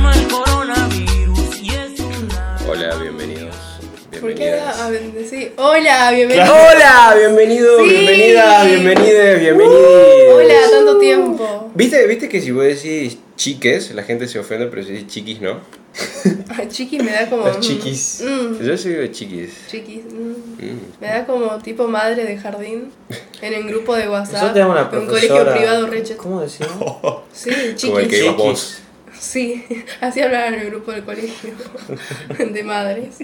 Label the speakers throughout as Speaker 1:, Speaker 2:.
Speaker 1: Ah, Hola, bienvenido.
Speaker 2: Hola, bienvenido,
Speaker 1: Sí. Uh,
Speaker 2: bienvenida, bienvenides, bienvenidos.
Speaker 1: Hola, tanto tiempo.
Speaker 2: ¿Viste, ¿Viste que si vos decís chiques, la gente se ofende, pero si decís chiquis, ¿no?
Speaker 1: Ay, Chiquis me da como.
Speaker 2: Los chiquis.
Speaker 1: Mm,
Speaker 2: Yo soy de chiquis.
Speaker 1: chiquis. mm.
Speaker 2: Mm.
Speaker 1: Me da como tipo madre de jardín en el grupo de WhatsApp.
Speaker 3: Nosotros tenemos una
Speaker 1: en un
Speaker 3: profesora.
Speaker 1: colegio privado reche.
Speaker 3: ¿Cómo decimos?
Speaker 1: Sí,
Speaker 2: Como el
Speaker 1: chiquis.
Speaker 2: que iba
Speaker 3: Chiquis.
Speaker 2: vos.
Speaker 1: Sí, así hablaban en el grupo del colegio de madres.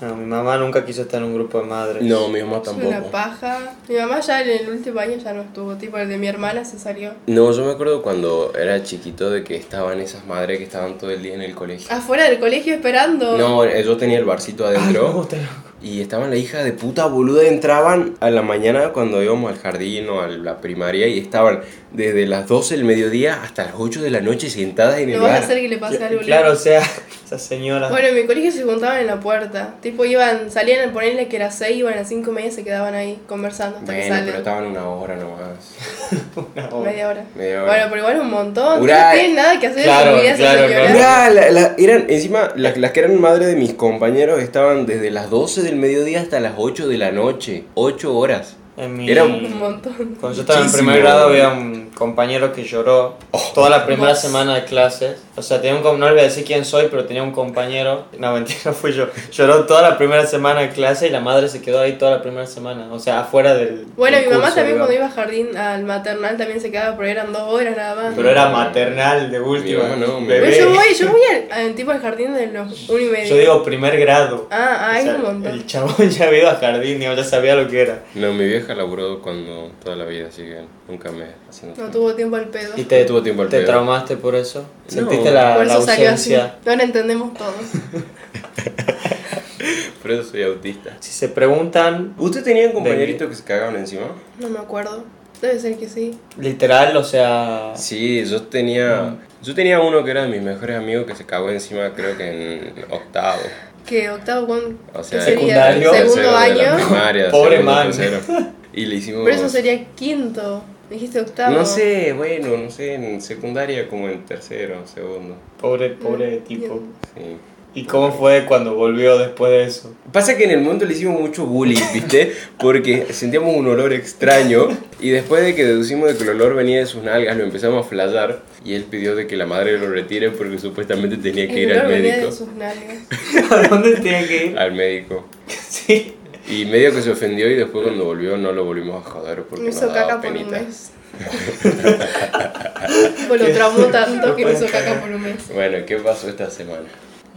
Speaker 3: No, mi mamá nunca quiso estar en un grupo de madres.
Speaker 2: No, mi mamá
Speaker 1: Es una
Speaker 2: tampoco.
Speaker 1: paja. Mi mamá ya en el último año ya no estuvo, tipo el de mi hermana se salió.
Speaker 2: No, yo me acuerdo cuando era chiquito de que estaban esas madres que estaban todo el día en el colegio.
Speaker 1: Afuera del colegio esperando.
Speaker 2: No, eh, yo tenía el barcito
Speaker 3: Ay,
Speaker 2: adentro.
Speaker 3: ¿cómo te lo-
Speaker 2: Y estaban la hija de puta boluda, entraban a la mañana cuando íbamos al jardín o a la primaria y estaban desde las 12 del mediodía hasta las 8 de la noche sentadas en el
Speaker 1: No vas a
Speaker 2: bar.
Speaker 1: hacer que le pase algo. Leo.
Speaker 3: Claro, o sea, esa señora.
Speaker 1: Bueno, en mi colegio se juntaban en la puerta. Tipo, iban, salían a ponerle que era 6, iban a 5 y media y se quedaban ahí conversando hasta que
Speaker 2: Bueno,
Speaker 1: salen.
Speaker 2: pero estaban una hora nomás.
Speaker 3: una oh, hora.
Speaker 1: Media hora.
Speaker 2: Media hora.
Speaker 1: Bueno, pero igual un montón.
Speaker 2: Ura-
Speaker 1: No tienen nada que hacer
Speaker 3: Claro,
Speaker 1: en su vida esas
Speaker 3: claro,
Speaker 1: señoras.
Speaker 3: claro.
Speaker 2: Mirá, la- la- eran, encima, las, las que eran madre de mis compañeros estaban desde las 12 del mediodía hasta las 8 de la noche. 8 horas.
Speaker 3: En mi-
Speaker 2: Era
Speaker 1: Un montón.
Speaker 3: Cuando yo estaba en
Speaker 2: Muchísimo.
Speaker 3: primer grado había un compañero que lloró toda la primera
Speaker 1: Vos.
Speaker 3: semana de clases. O sea, tenía un com- no le voy a decir quién soy, pero tenía un compañero. No, mentira, fui yo. Lloró toda la primera semana de clase y la madre se quedó ahí toda la primera semana. O sea, afuera del.
Speaker 1: Bueno,
Speaker 3: del
Speaker 1: mi mamá
Speaker 3: curso,
Speaker 1: también
Speaker 3: digamos.
Speaker 1: cuando iba a jardín al maternal también se quedaba, pero eran dos horas nada más.
Speaker 3: Pero era maternal de última.
Speaker 2: mamá no, mi
Speaker 1: Pero
Speaker 3: bebé.
Speaker 1: yo voy, yo voy al, al tipo al jardín de los 1 y medio.
Speaker 3: Yo digo primer grado.
Speaker 1: ah, ah,
Speaker 3: O
Speaker 1: hay
Speaker 3: sea,
Speaker 1: un montón.
Speaker 3: el chabón ya había ido a jardín, digamos, ya sabía lo que era.
Speaker 2: No, mi vieja laburó cuando toda la vida, así que nunca me...
Speaker 1: No tuvo tiempo al pedo.
Speaker 3: ¿Y te,
Speaker 2: tuvo tiempo al
Speaker 3: te
Speaker 2: pedo.
Speaker 3: traumaste por eso? ¿Sentiste
Speaker 2: No.
Speaker 3: la,
Speaker 1: Por
Speaker 3: la
Speaker 1: eso salió así.
Speaker 3: ausencia?
Speaker 1: Ahora entendemos todo.
Speaker 2: Por eso soy autista.
Speaker 3: Si se preguntan,
Speaker 2: ¿Usted tenía un
Speaker 3: compañerito
Speaker 2: compañerito que se cagaban encima?
Speaker 1: No me acuerdo. Debe ser que sí.
Speaker 3: literal, o sea.
Speaker 2: Sí, yo tenía,
Speaker 3: Mm.
Speaker 2: yo tenía uno que era de mis mejores amigos que se cagó encima creo que en octavo.
Speaker 1: que octavo con
Speaker 2: O sea,
Speaker 1: ¿qué sería?
Speaker 3: secundario.
Speaker 1: segundo
Speaker 2: tercero de la
Speaker 1: año
Speaker 2: primaria,
Speaker 3: Pobre
Speaker 2: segundo,
Speaker 3: man.
Speaker 2: tercero. Y le hicimos...
Speaker 1: pero eso sería quinto dijiste octavo
Speaker 2: No sé, bueno, no sé, en secundaria como en tercero, segundo.
Speaker 3: Pobre, pobre tipo.
Speaker 2: Sí.
Speaker 3: ¿Y cómo fue cuando volvió después de eso?
Speaker 2: Pasa que en el momento le hicimos mucho bullying, ¿viste? Porque sentíamos un olor extraño y después de que deducimos de que el olor venía de sus nalgas, lo empezamos a flayar y él pidió de que la madre lo retire porque supuestamente tenía que
Speaker 1: el
Speaker 2: ir
Speaker 1: olor
Speaker 2: al
Speaker 1: venía de
Speaker 2: médico.
Speaker 1: sus nalgas
Speaker 3: ¿A dónde tenía que ir?
Speaker 2: Al médico.
Speaker 3: Sí.
Speaker 2: Y medio que se ofendió y después cuando volvió no lo volvimos a joder porque
Speaker 1: me
Speaker 2: nos
Speaker 1: hizo
Speaker 2: daba
Speaker 1: caca por un
Speaker 2: penita.
Speaker 1: mes Tipo, lo traumó tanto que me hizo caca por un mes
Speaker 2: Bueno, ¿qué pasó esta semana?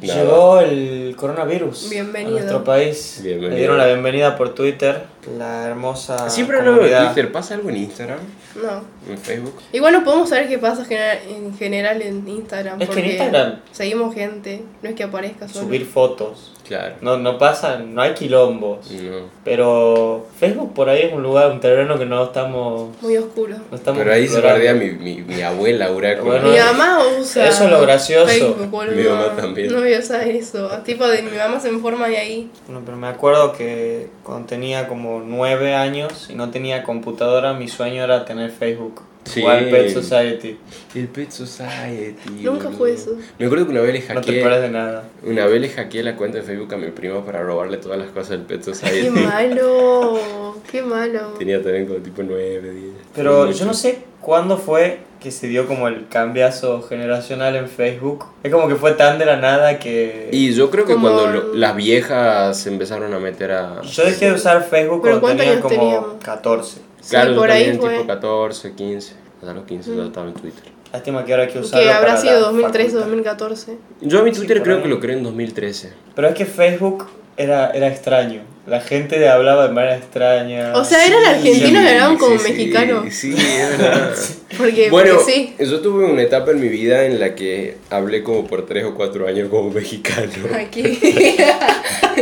Speaker 2: Nada.
Speaker 3: Llegó el coronavirus
Speaker 1: Bienvenido.
Speaker 3: a nuestro país.
Speaker 2: Bienvenido.
Speaker 3: Le dieron la bienvenida por Twitter. La hermosa.
Speaker 2: Siempre hablo de
Speaker 3: comunidad.
Speaker 2: Twitter. ¿Pasa algo en Instagram?
Speaker 1: no
Speaker 2: ¿En Facebook?
Speaker 1: igual no podemos saber qué pasa genera- en general en Instagram
Speaker 3: Es que en
Speaker 1: porque
Speaker 3: Instagram-
Speaker 1: seguimos gente no es que aparezca solo
Speaker 3: Subir fotos.
Speaker 2: Claro.
Speaker 3: No, no pasa, no hay quilombos.
Speaker 2: No.
Speaker 3: Pero Facebook por ahí es un lugar, un terreno que no estamos.
Speaker 1: muy oscuro
Speaker 3: No estamos
Speaker 2: Pero ahí se
Speaker 3: explorando.
Speaker 2: bardea mi, mi, mi abuela, Ura, con-
Speaker 3: Bueno,
Speaker 1: mi mamá usa
Speaker 3: Eso es lo gracioso.
Speaker 1: Facebook, boludo.
Speaker 2: Mi mamá también.
Speaker 1: no voy a usar eso tipo de mi mamá se informa de ahí
Speaker 3: Bueno, pero me acuerdo que cuando tenía como nueve años y no tenía computadora, mi sueño era tener Facebook.
Speaker 2: Sí.
Speaker 3: Igual Pet Society.
Speaker 2: El Pet Society.
Speaker 1: Nunca
Speaker 2: boludo.
Speaker 1: fue eso.
Speaker 2: Me acuerdo que una vez le
Speaker 3: No te
Speaker 2: hackeé.
Speaker 3: pares de nada.
Speaker 2: una vez le hackeé la cuenta de Facebook a mi primo para robarle todas las cosas del Pet
Speaker 1: Qué
Speaker 2: Society.
Speaker 1: malo, qué malo.
Speaker 2: Tenía también como tipo 9, 10.
Speaker 3: Pero yo no sé cuándo fue que se dio como el cambiazo generacional en Facebook. Es como que fue tan de la nada que...
Speaker 2: Y yo creo que
Speaker 1: Como-
Speaker 2: cuando lo- las viejas se empezaron a meter a.
Speaker 3: Yo dejé de usar Facebook
Speaker 1: ¿Pero cuántos
Speaker 3: cuando tenía
Speaker 1: años
Speaker 3: como
Speaker 1: teníamos?
Speaker 3: 14.
Speaker 1: Sí,
Speaker 2: Claro, yo
Speaker 1: por ahí
Speaker 2: también,
Speaker 1: fue. Mm.
Speaker 2: tipo 14, 15. Hasta los 15 yo estaba en Twitter.
Speaker 3: Lástima que ahora hay que usarlo
Speaker 1: Que habrá
Speaker 3: para
Speaker 1: sido
Speaker 3: la
Speaker 1: 2013 o
Speaker 3: facultad.
Speaker 1: 2014.
Speaker 2: Yo a mi Twitter
Speaker 3: por
Speaker 2: creo
Speaker 3: ahí.
Speaker 2: que lo creé en 2013.
Speaker 3: Pero es que Facebook era, era extraño. La gente hablaba de manera extraña.
Speaker 1: O sea, eran argentinos y
Speaker 2: Sí,
Speaker 1: hablaban como
Speaker 2: sí, sí,
Speaker 1: mexicanos.
Speaker 2: Sí, es verdad.
Speaker 1: Porque,
Speaker 2: Bueno,
Speaker 1: porque sí.
Speaker 2: yo tuve una etapa en mi vida en la que hablé como por 3 o 4 años como mexicano.
Speaker 1: Aquí.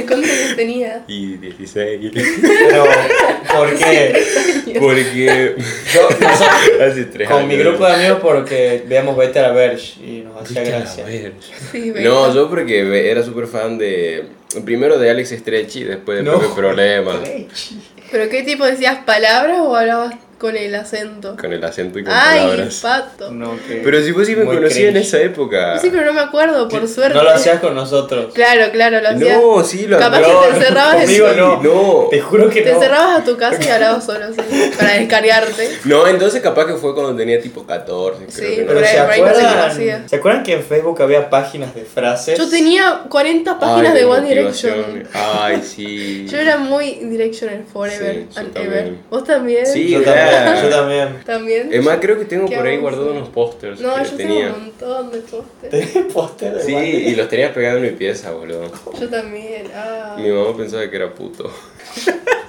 Speaker 1: ¿Cuánto años tenía?
Speaker 2: Y 16.
Speaker 3: Pero, ¿por qué?
Speaker 2: Porque
Speaker 3: Yo, nosotros-
Speaker 2: hace 3 años.
Speaker 3: con mi grupo de amigos porque veíamos Vete a la Verge y nos hacía
Speaker 2: Vete a la
Speaker 3: gracia.
Speaker 2: verga.
Speaker 1: Sí, ve.
Speaker 2: No, yo porque ve- era súper fan de. Primero de Alex Stretchy, después de
Speaker 3: No.
Speaker 2: Pepe Problemas.
Speaker 3: Ey,
Speaker 1: ¿Pero qué tipo decías palabras o hablabas Con el acento.
Speaker 2: Con el acento y con
Speaker 1: Ay,
Speaker 2: palabras.
Speaker 1: pato.
Speaker 3: No, que-
Speaker 2: Pero si vos sí me
Speaker 3: Muy
Speaker 2: conocías en
Speaker 3: cringe.
Speaker 2: esa época.
Speaker 1: Sí, pero no me acuerdo, por suerte.
Speaker 3: No lo hacías con nosotros.
Speaker 1: Claro, claro, lo hacía.
Speaker 2: No, sí, lo
Speaker 1: Capaz
Speaker 2: no,
Speaker 1: que te encerrabas en-
Speaker 3: conmigo no.
Speaker 2: no.
Speaker 3: Te juro que
Speaker 1: Te
Speaker 3: no.
Speaker 1: encerrabas a tu casa y hablabas solo, sí, para descargarte.
Speaker 2: No, entonces capaz que fue cuando tenía tipo 14, creo
Speaker 1: Sí,
Speaker 2: que no.
Speaker 1: por
Speaker 3: Pero
Speaker 1: ahí.
Speaker 3: ¿se
Speaker 1: no se
Speaker 3: acuerdan,
Speaker 1: conocía.
Speaker 3: ¿se acuerdan que en Facebook había páginas de frases?
Speaker 1: Yo tenía 40 páginas
Speaker 2: Ay,
Speaker 1: de One
Speaker 2: motivación.
Speaker 1: Direction.
Speaker 2: Ay, sí.
Speaker 1: Yo era muy Directional Forever
Speaker 2: Sí, yo
Speaker 1: and
Speaker 2: también.
Speaker 1: ever. ¿Vos también?
Speaker 2: Sí.
Speaker 3: Yo
Speaker 2: Yeah.
Speaker 3: también. Yo también.
Speaker 1: ¿También?
Speaker 2: Es más, creo que tengo
Speaker 1: Qué
Speaker 2: por ahí
Speaker 1: avanzado.
Speaker 2: guardado unos pósters
Speaker 1: no,
Speaker 2: que
Speaker 1: yo
Speaker 2: tenía.
Speaker 1: tengo un montón de postes.
Speaker 3: Tenía póster de
Speaker 2: Sí,
Speaker 3: Wanda.
Speaker 2: y los tenía pegados en mi pieza, boludo.
Speaker 1: Yo también. Ah,
Speaker 2: Mi mamá pensaba que era puto.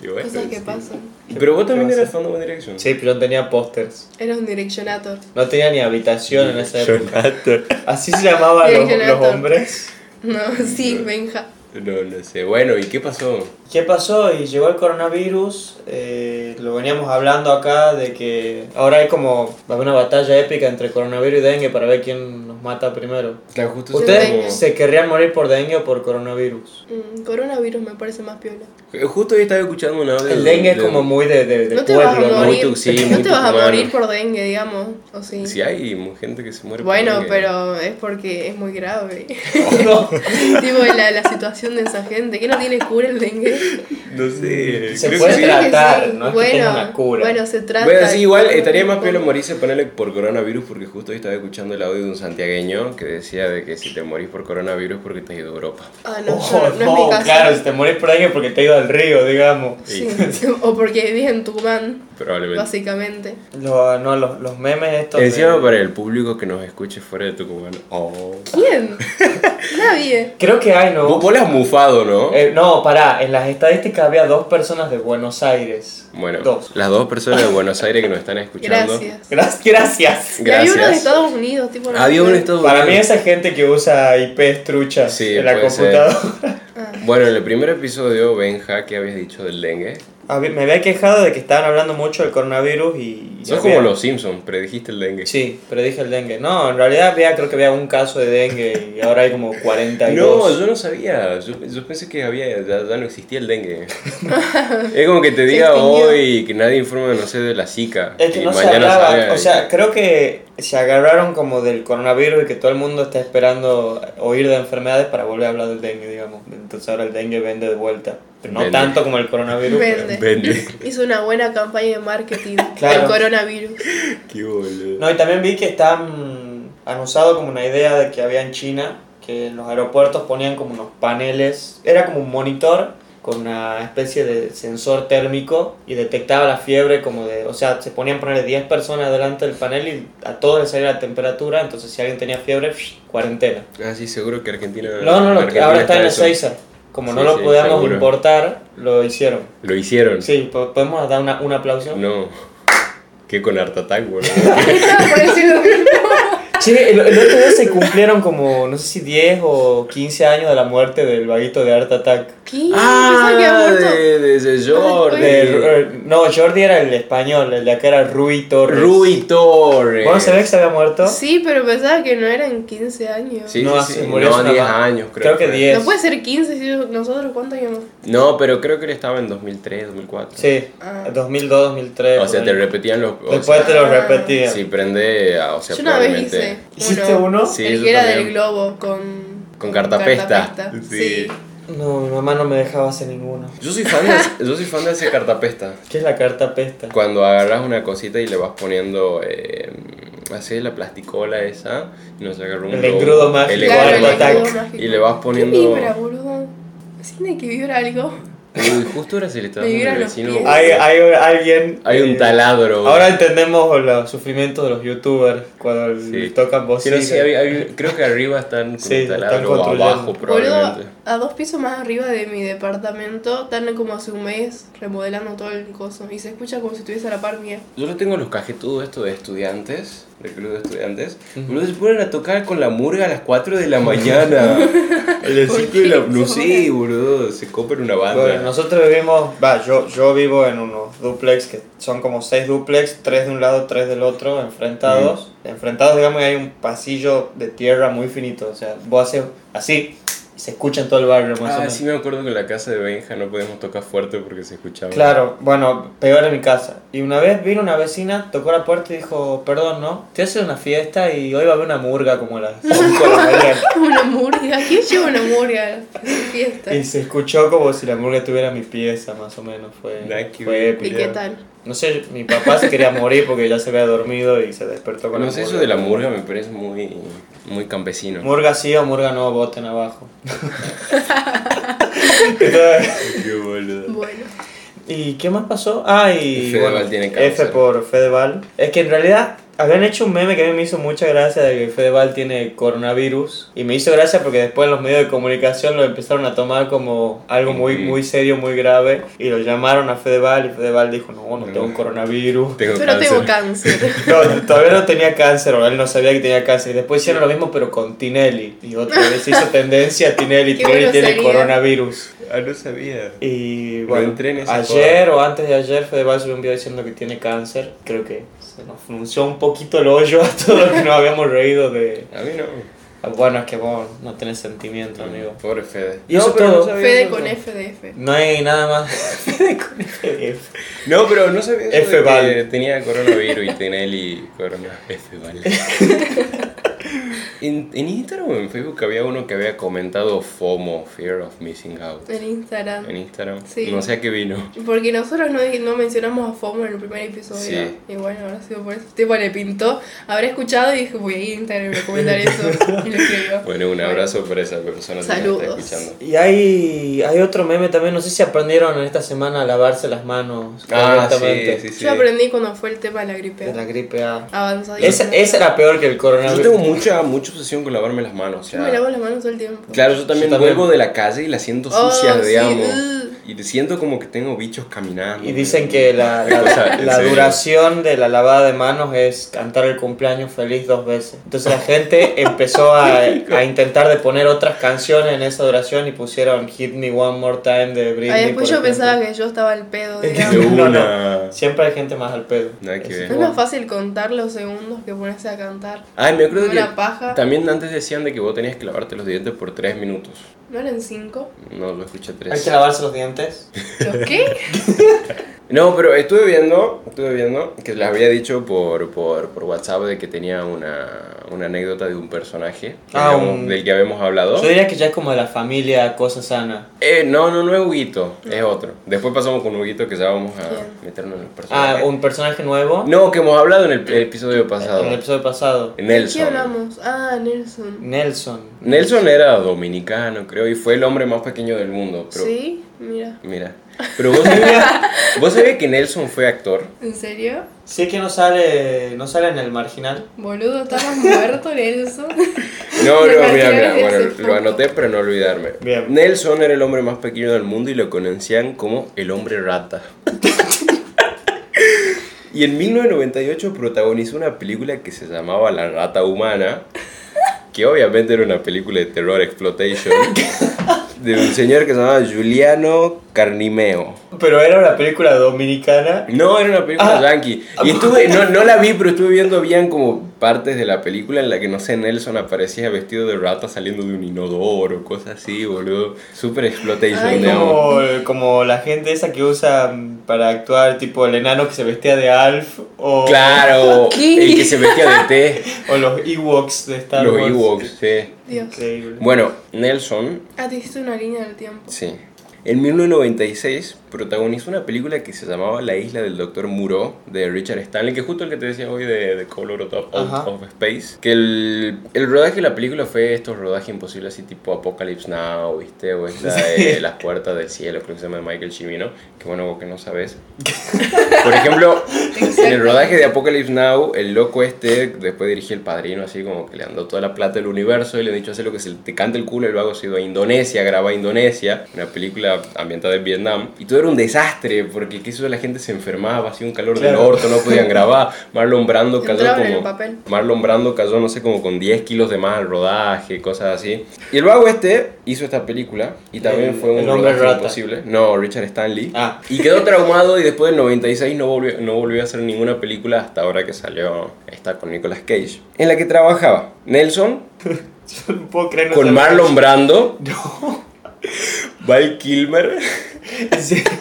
Speaker 2: Y bueno,
Speaker 1: cosas que
Speaker 2: sí.
Speaker 1: pasan.
Speaker 2: Pero vos también
Speaker 3: ¿Qué
Speaker 2: eras fan de One Direction.
Speaker 3: Sí, pero yo tenía pósters.
Speaker 1: Era un directionator.
Speaker 3: No tenía ni habitación en esa época.
Speaker 2: Jonathan.
Speaker 3: Así se llamaban los,
Speaker 1: Dirección
Speaker 3: los
Speaker 1: actor.
Speaker 3: hombres.
Speaker 1: No, sí, Benja.
Speaker 2: No, no sé. Bueno, ¿y qué pasó?
Speaker 3: ¿Qué pasó? Y llegó el coronavirus, eh, lo veníamos hablando acá de que ahora hay como una batalla épica entre coronavirus y dengue para ver quién nos mata primero.
Speaker 2: Claro, justo
Speaker 1: dengue.
Speaker 3: ¿Ustedes
Speaker 2: estábamos-
Speaker 3: se querrían morir por dengue o por coronavirus?
Speaker 1: Mm, coronavirus me parece más piola.
Speaker 2: Justo hoy estaba escuchando un audio.
Speaker 3: El
Speaker 2: de-
Speaker 3: dengue es
Speaker 2: de-
Speaker 3: como muy de, de, de
Speaker 1: No te vas a
Speaker 3: pueblo, ¿no?
Speaker 1: morir.
Speaker 2: Muy tu- sí,
Speaker 1: no
Speaker 2: muy
Speaker 1: te vas a
Speaker 2: tucumano.
Speaker 1: morir por dengue, digamos. O sí.
Speaker 2: Si hay mu- gente que se muere por
Speaker 1: bueno,
Speaker 2: dengue. Oh,
Speaker 1: pero es porque es muy grave.
Speaker 3: No.
Speaker 1: tipo la, la situación de esa gente. ¿Qué no tiene cura el dengue?
Speaker 2: No sé.
Speaker 3: Se
Speaker 2: creo
Speaker 3: puede
Speaker 2: que sí.
Speaker 1: Creo que
Speaker 3: tratar, no es que tenga una cura.
Speaker 1: Bueno, se trata.
Speaker 2: Bueno, sí, igual estaría más
Speaker 1: pelo
Speaker 2: pelo morirse ponerle por coronavirus porque justo hoy estaba escuchando el audio de un santiagueño que decía de que si te morís por coronavirus es porque te has ido a Europa.
Speaker 1: Ah, no,
Speaker 3: Oh,
Speaker 1: yo- no, es mi
Speaker 3: no,
Speaker 1: caso.
Speaker 3: claro, si te morís por dengue porque te ha ido al río, digamos.
Speaker 1: Sí. o porque vivís en Tucumán,
Speaker 2: Probablemente.
Speaker 1: básicamente.
Speaker 3: Lo- no, los, los memes estos. de-
Speaker 2: Encima para el público que nos escuche fuera de Tucumán. Oh.
Speaker 1: ¿Quién? Nadie.
Speaker 3: Creo que hay, ¿no?
Speaker 2: Vos, vos le has mufado, ¿no?
Speaker 3: Eh, no, pará, en las estadísticas había dos personas de Buenos Aires.
Speaker 2: Bueno,
Speaker 3: Dos.
Speaker 2: las dos personas de Buenos Aires que nos están escuchando.
Speaker 1: Gracias.
Speaker 3: Gra- Gracias.
Speaker 1: Y había uno de
Speaker 2: Gracias.
Speaker 1: Estados Unidos, tipo. no
Speaker 2: Había
Speaker 1: sé.
Speaker 2: uno de Estados
Speaker 3: Para mí
Speaker 2: Unidos.
Speaker 3: esa gente que usa IPs truchas
Speaker 2: Sí,
Speaker 3: en la
Speaker 2: puede ser.
Speaker 3: computadora.
Speaker 1: Ah,
Speaker 2: Bueno, en el primer episodio, Benja, ¿qué habías dicho del dengue?
Speaker 3: A mí- Me había quejado de que estaban hablando mucho del coronavirus y... y
Speaker 2: Sos
Speaker 3: había-
Speaker 2: como los Simpsons, predijiste el dengue.
Speaker 3: Sí, pero dije el dengue. No, en realidad había, creo que había un caso de dengue y ahora hay como 42.
Speaker 2: No, yo no sabía. Yo, yo pensé que había, ya, ya no existía el dengue. es como que te
Speaker 1: Se
Speaker 2: diga
Speaker 1: extinguió.
Speaker 2: hoy que nadie informa, no sé, de la Zika.
Speaker 3: Es que
Speaker 2: y
Speaker 3: no se
Speaker 2: mañana
Speaker 3: hablaba,
Speaker 2: salga
Speaker 3: o
Speaker 2: y-
Speaker 3: sea, creo que se agarraron como del coronavirus y que todo el mundo está esperando oír de enfermedades para volver a hablar del dengue, digamos. Entonces ahora el dengue vende de vuelta. Pero no
Speaker 2: Vende.
Speaker 3: tanto como el coronavirus. pero-
Speaker 1: Vende.
Speaker 2: Vende.
Speaker 1: Hizo una buena campaña de marketing
Speaker 3: Claro.
Speaker 1: del coronavirus.
Speaker 2: Qué boludo.
Speaker 3: No, y también vi que están anunciado como una idea de que había en China, que en los aeropuertos ponían como unos paneles, era como un monitor con una especie de sensor térmico y detectaba la fiebre como de, o sea, se ponían poner 10 personas delante del panel y a todos les salía la temperatura, entonces si alguien tenía fiebre, cuarentena.
Speaker 2: Ah, sí, seguro que Argentina.
Speaker 3: No, no, no,
Speaker 2: Argentina
Speaker 3: ahora está en
Speaker 2: eso.
Speaker 3: Ezeiza. Como no
Speaker 2: Sí,
Speaker 3: lo
Speaker 2: sí,
Speaker 3: podíamos
Speaker 2: seguro.
Speaker 3: importar, lo hicieron.
Speaker 2: Lo hicieron.
Speaker 3: Sí, po- podemos dar una, un aplauso.
Speaker 2: No. Que con Art Attack, boludo.
Speaker 1: Por decir lo mismo.
Speaker 3: Che, el, el otro día se cumplieron como, no sé si 10 o 15 años de la muerte del vaguito de Art Attack.
Speaker 1: ¿Qué? Pensaba que había muerto.
Speaker 2: Ah, de, de, de Jordi.
Speaker 3: De- eh, no, Jordi era el español, el de acá era Rui Torres.
Speaker 2: Rui Torres.
Speaker 3: ¿Vos no sabés que se había muerto?
Speaker 1: Sí, pero pensaba que no eran 15 años.
Speaker 2: Sí,
Speaker 3: No,
Speaker 2: sí,
Speaker 3: hace-
Speaker 2: sí.
Speaker 3: murió
Speaker 2: No,
Speaker 3: hace
Speaker 2: 10
Speaker 3: una-
Speaker 2: años, creo.
Speaker 3: creo que
Speaker 2: fue.
Speaker 3: 10.
Speaker 1: No puede ser 15 si yo- nosotros cuántos llevamos.
Speaker 2: No, pero creo que él estaba en 2003, 2004.
Speaker 3: Sí,
Speaker 1: Ah.
Speaker 3: 2002, 2003.
Speaker 2: O sea, te
Speaker 3: por ahí.
Speaker 2: repetían los. o
Speaker 3: Después
Speaker 2: sea,
Speaker 3: te lo
Speaker 1: Ah.
Speaker 3: repetían.
Speaker 2: Sí, prende, ah, o sea,
Speaker 1: yo una vez
Speaker 2: probablemente.
Speaker 1: hice.
Speaker 3: ¿Hiciste uno?
Speaker 2: Sí,
Speaker 1: el
Speaker 2: yo
Speaker 1: que era
Speaker 2: también.
Speaker 1: del globo con.
Speaker 2: Con cartapesta.
Speaker 1: Sí.
Speaker 2: Sí.
Speaker 3: No, mi mamá no me dejaba hacer ninguno.
Speaker 2: Yo soy fan de, yo soy fan de ese cartapesta.
Speaker 3: ¿Qué es la carta pesta?
Speaker 2: Cuando agarras una cosita y le vas poniendo eh, así la plasticola esa y nos agarró un
Speaker 3: El
Speaker 2: globo.
Speaker 3: engrudo mágico.
Speaker 2: El
Speaker 3: Claro,
Speaker 2: engrudo
Speaker 3: el
Speaker 2: mágico.
Speaker 1: engrudo mágico.
Speaker 2: Y le vas
Speaker 1: ¿Qué
Speaker 2: poniendo.
Speaker 1: vibra, boludo? Siente que vibra algo.
Speaker 2: Uy, justo ahora se le está dando
Speaker 1: Me
Speaker 2: el
Speaker 1: vibran los
Speaker 2: vecino.
Speaker 1: pies.
Speaker 3: Hay, hay alguien.
Speaker 2: Hay un
Speaker 3: eh,
Speaker 2: taladro.
Speaker 3: Ahora entendemos los sufrimientos de los youtubers cuando
Speaker 2: Sí.
Speaker 3: les tocan
Speaker 2: Sí, no
Speaker 3: bocinas.
Speaker 2: sé, hay- hay- creo que arriba están con
Speaker 3: Sí,
Speaker 2: un taladro
Speaker 3: están
Speaker 2: o abajo
Speaker 3: construyendo.
Speaker 2: probablemente.
Speaker 1: Boludo, a dos pisos más arriba de mi departamento, están como hace un mes remodelando todo el coso. Y se escucha como si estuviese a la par mía.
Speaker 2: Yo no tengo los cajetudos esto de estudiantes, del club de estudiantes. Boludo, se ponen a tocar con la murga a las 4 de la mañana. El
Speaker 1: ¿Por
Speaker 2: ciclo de la...
Speaker 1: qué?
Speaker 2: No
Speaker 1: Se
Speaker 2: sé,
Speaker 1: ponen-
Speaker 2: boludo, se compran una banda.
Speaker 3: Bueno, nosotros vivimos, va, yo, yo vivo en unos duplex que son como seis duplex, tres de un lado, tres del otro, enfrentados. Enfrentados, digamos, y hay un pasillo de tierra muy finito, o sea, vos haces así y se escucha en todo el barrio más o
Speaker 2: Ah,
Speaker 3: menos.
Speaker 2: sí me acuerdo que en la casa de Benja no podíamos tocar fuerte porque se escuchaba.
Speaker 3: Claro, bueno, peor en mi casa. Y una vez vino una vecina, tocó la puerta y dijo, perdón, ¿no? Te hace una fiesta y hoy va a haber una murga como las 5 de la mañana.
Speaker 1: Una murga. ¿Quién lleva una murga a la fiesta?
Speaker 3: Y se escuchó como si la murga tuviera mi pieza, más o menos. Fue,
Speaker 2: Nah, qué
Speaker 3: fue
Speaker 2: bien.
Speaker 1: ¿Y
Speaker 3: épico.
Speaker 1: qué tal?
Speaker 3: No sé, mi papá se quería morir porque ya se había dormido y se despertó con
Speaker 2: No
Speaker 3: la
Speaker 2: sé,
Speaker 3: murga.
Speaker 2: eso de la murga me parece muy, muy campesino.
Speaker 3: Murga sí o murga no, voten abajo. Entonces,
Speaker 2: Qué boludo.
Speaker 1: Bueno.
Speaker 3: ¿Y qué más pasó? Ah, y.
Speaker 2: Fedeval tiene
Speaker 3: F
Speaker 2: cáncer.
Speaker 3: por Fedeval. Es que en realidad habían hecho un meme que a mí me hizo mucha gracia de que Fedeval tiene coronavirus. Y me hizo gracia porque después en los medios de comunicación lo empezaron a tomar como algo muy,
Speaker 2: Ujú.
Speaker 3: muy serio, muy grave. Y lo llamaron a Fedeval y Fedeval dijo: No, no tengo coronavirus.
Speaker 2: Tengo
Speaker 1: Pero tengo
Speaker 2: cáncer.
Speaker 1: cáncer.
Speaker 3: No, todavía no tenía cáncer, o él no sabía que tenía cáncer. Y después hicieron lo mismo, pero con Tinelli. Y otra vez hizo tendencia a Tinelli.
Speaker 1: Qué
Speaker 3: Tinelli tiene
Speaker 1: grosería.
Speaker 3: coronavirus.
Speaker 2: Ah, no sabía.
Speaker 3: Y
Speaker 2: No
Speaker 3: bueno,
Speaker 2: entré en esa
Speaker 3: ayer o antes de ayer, Fedeval subió un video diciendo que tiene cáncer. Creo que se nos frunció un poquito el hoyo a todo lo que nos habíamos reído de.
Speaker 2: A mí no.
Speaker 3: Ah, Bueno, es que vos no tenés sentimiento, amigo.
Speaker 2: Pobre Fede.
Speaker 3: Y eso
Speaker 2: no, pero
Speaker 3: todo.
Speaker 2: no sabía
Speaker 1: Fede
Speaker 2: eso.
Speaker 1: con F de F.
Speaker 3: No hay nada más. Fede con FDF.
Speaker 2: No, pero no sabía eso de
Speaker 3: F-Val.
Speaker 2: que tenía coronavirus y Tinelli corona F vale. En, en Instagram o en Facebook había uno que había comentado FOMO, Fear of Missing Out.
Speaker 1: En
Speaker 2: En
Speaker 1: Instagram.
Speaker 2: Instagram.
Speaker 1: Sí.
Speaker 2: No sé a qué vino.
Speaker 1: Porque nosotros no, no mencionamos a FOMO en el primer episodio.
Speaker 2: Sí.
Speaker 1: Y bueno, habrá sido por eso. Tipo le pintó, habrá escuchado y dije, voy a ir a Instagram y comentar eso. Y lo escribió.
Speaker 2: Bueno, un abrazo para esa persona que
Speaker 1: Saludos.
Speaker 2: nos está escuchando.
Speaker 3: Y hay, hay otro meme también, no sé si aprendieron en esta semana a lavarse las manos
Speaker 2: Ah, sí,
Speaker 3: correctamente.
Speaker 2: sí, sí.
Speaker 1: Yo aprendí cuando fue el tema de la gripe.
Speaker 3: De la gripe A.
Speaker 1: Avanzadísimo.
Speaker 3: Esa, esa era peor que el
Speaker 2: Yo
Speaker 3: coronavirus.
Speaker 2: tengo mucha, mucha obsesión con lavarme las manos. o
Speaker 1: Yo
Speaker 2: sea,
Speaker 1: me lavo las manos todo el tiempo.
Speaker 2: Claro, yo también,
Speaker 3: Yo también.
Speaker 2: vuelvo de la calle y las siento
Speaker 1: Oh,
Speaker 2: sucias,
Speaker 1: sí,
Speaker 2: digamos.
Speaker 1: ugh.
Speaker 2: Y siento como que tengo bichos caminando.
Speaker 3: Y dicen que la, la-
Speaker 2: O sea, en
Speaker 3: la
Speaker 2: serio.
Speaker 3: duración de la lavada de manos es cantar el cumpleaños feliz dos veces. Entonces la gente empezó a, a intentar de poner otras canciones en esa duración y pusieron Hit Me One More Time de Britney.
Speaker 1: Ay, Ah, después
Speaker 3: por
Speaker 1: yo
Speaker 3: ejemplo.
Speaker 1: pensaba que yo estaba al pedo,
Speaker 3: Es que-
Speaker 2: De
Speaker 1: digamos.
Speaker 3: No, no.
Speaker 2: una.
Speaker 3: Siempre hay gente más al pedo.
Speaker 2: Nada que
Speaker 3: Es
Speaker 2: ver.
Speaker 1: ¿No es
Speaker 3: igual.
Speaker 1: más fácil contar los segundos que ponerse a cantar?
Speaker 2: Ay, me acuerdo que
Speaker 1: Una paja.
Speaker 2: también antes decían de que vos tenías que lavarte los dientes por tres minutos.
Speaker 1: ¿No eran cinco?
Speaker 2: No, lo escuché
Speaker 3: Hay
Speaker 2: tres.
Speaker 3: que lavarse los dientes.
Speaker 1: ¿Los qué?
Speaker 2: No, pero estuve viendo, estuve viendo que les había dicho por, por, por WhatsApp de que tenía una, una anécdota de un personaje que
Speaker 3: Ah,
Speaker 2: habíamos-
Speaker 3: un-
Speaker 2: del que habíamos hablado.
Speaker 3: Yo diría que ya es como de la familia Cosa Sana.
Speaker 2: Eh, no, no, no es Huguito, es otro. Después pasamos con Huguito que ya vamos a
Speaker 1: Bien.
Speaker 2: meternos en el personaje.
Speaker 3: Ah, un personaje nuevo.
Speaker 2: No, que hemos hablado eh, en el, el episodio pasado.
Speaker 3: En el episodio pasado.
Speaker 1: ¿De qué
Speaker 2: Nelson.
Speaker 1: hablamos? Ah, Nelson.
Speaker 3: Nelson.
Speaker 2: Nelson era dominicano, creo, y fue el hombre más pequeño del mundo. Pero,
Speaker 1: ¿Sí? Mira.
Speaker 2: Mira. Pero vos sabías, vos sabías que Nelson fue actor.
Speaker 1: ¿En serio?
Speaker 3: Sí que no sale, no sale en el marginal.
Speaker 1: Boludo, estabas muerto, Nelson.
Speaker 2: No, no,
Speaker 1: Me
Speaker 2: mira, mira.
Speaker 1: imaginé desde
Speaker 2: Bueno,
Speaker 1: hace
Speaker 2: lo
Speaker 1: poco.
Speaker 2: anoté para no olvidarme.
Speaker 3: Bien.
Speaker 2: Nelson era el hombre más pequeño del mundo y lo conocían como el hombre rata. Y en 1998 protagonizó una película que se llamaba La Rata Humana, que obviamente era una película de terror exploitation, de un señor que se llamaba Juliano Carnimeo.
Speaker 3: Pero era una película dominicana.
Speaker 2: No, era una película
Speaker 3: Ah.
Speaker 2: yankee. Y estuve, no, no la vi, pero estuve viendo bien como partes de la película en la que, no sé, Nelson aparecía vestido de rata saliendo de un inodoro, cosas así, boludo. Super exploitation,
Speaker 1: Ay,
Speaker 2: digamos.
Speaker 3: Como, como la gente esa que usa mm, para actuar, tipo el enano que se vestía de Alf o,
Speaker 2: Claro,
Speaker 1: ¿Qué?
Speaker 2: el que se vestía de té,
Speaker 3: o los Ewoks de Star
Speaker 2: los
Speaker 3: Wars.
Speaker 2: Ewoks, sí.
Speaker 1: Dios.
Speaker 3: Increíble.
Speaker 2: Bueno, Nelson,
Speaker 1: Ah, te hiciste una línea del tiempo.
Speaker 2: sí. En 1996 protagonizó una película que se llamaba La isla del Doctor Muro de Richard Stanley, que es justo el que te decía hoy de, de Color Out of,
Speaker 3: Ajá.
Speaker 2: of Space. Que el, el rodaje de la película fue estos rodajes imposibles así tipo Apocalypse Now, ¿viste? O esta de Las Puertas del Cielo, creo que se llama de Michael Cimino. Que bueno, vos que no sabes. Por ejemplo, en el rodaje de Apocalypse Now, el loco este, después dirigía El Padrino, así como que le andó toda la plata del universo y le ha dicho, hace lo que se te cante el culo, el vago se iba a Indonesia, graba Indonesia, una película ambientada en Vietnam. Y todo era un desastre, porque qué hizo la gente se enfermaba, hacía un calor del
Speaker 3: Claro.
Speaker 2: orto, no podían grabar. Marlon Brando cayó
Speaker 1: Entraban en el
Speaker 2: como...
Speaker 1: papel.
Speaker 2: Marlon Brando cayó, no sé, como con 10 kilos de más al rodaje, cosas así. Y el vago este hizo esta película y también
Speaker 3: El-
Speaker 2: fue un
Speaker 3: el hombre
Speaker 2: rodaje
Speaker 3: rata.
Speaker 2: imposible. No, Richard Stanley.
Speaker 3: Ah.
Speaker 2: Y quedó traumado y después del 96 no volvió, no volvió a hacer ninguna película hasta ahora que salió esta con Nicolas Cage, en la que trabajaba Nelson,
Speaker 3: Yo no puedo creer no
Speaker 2: Con
Speaker 3: saber.
Speaker 2: Marlon Brando,
Speaker 3: No.
Speaker 2: Val Kilmer
Speaker 3: ¿En serio?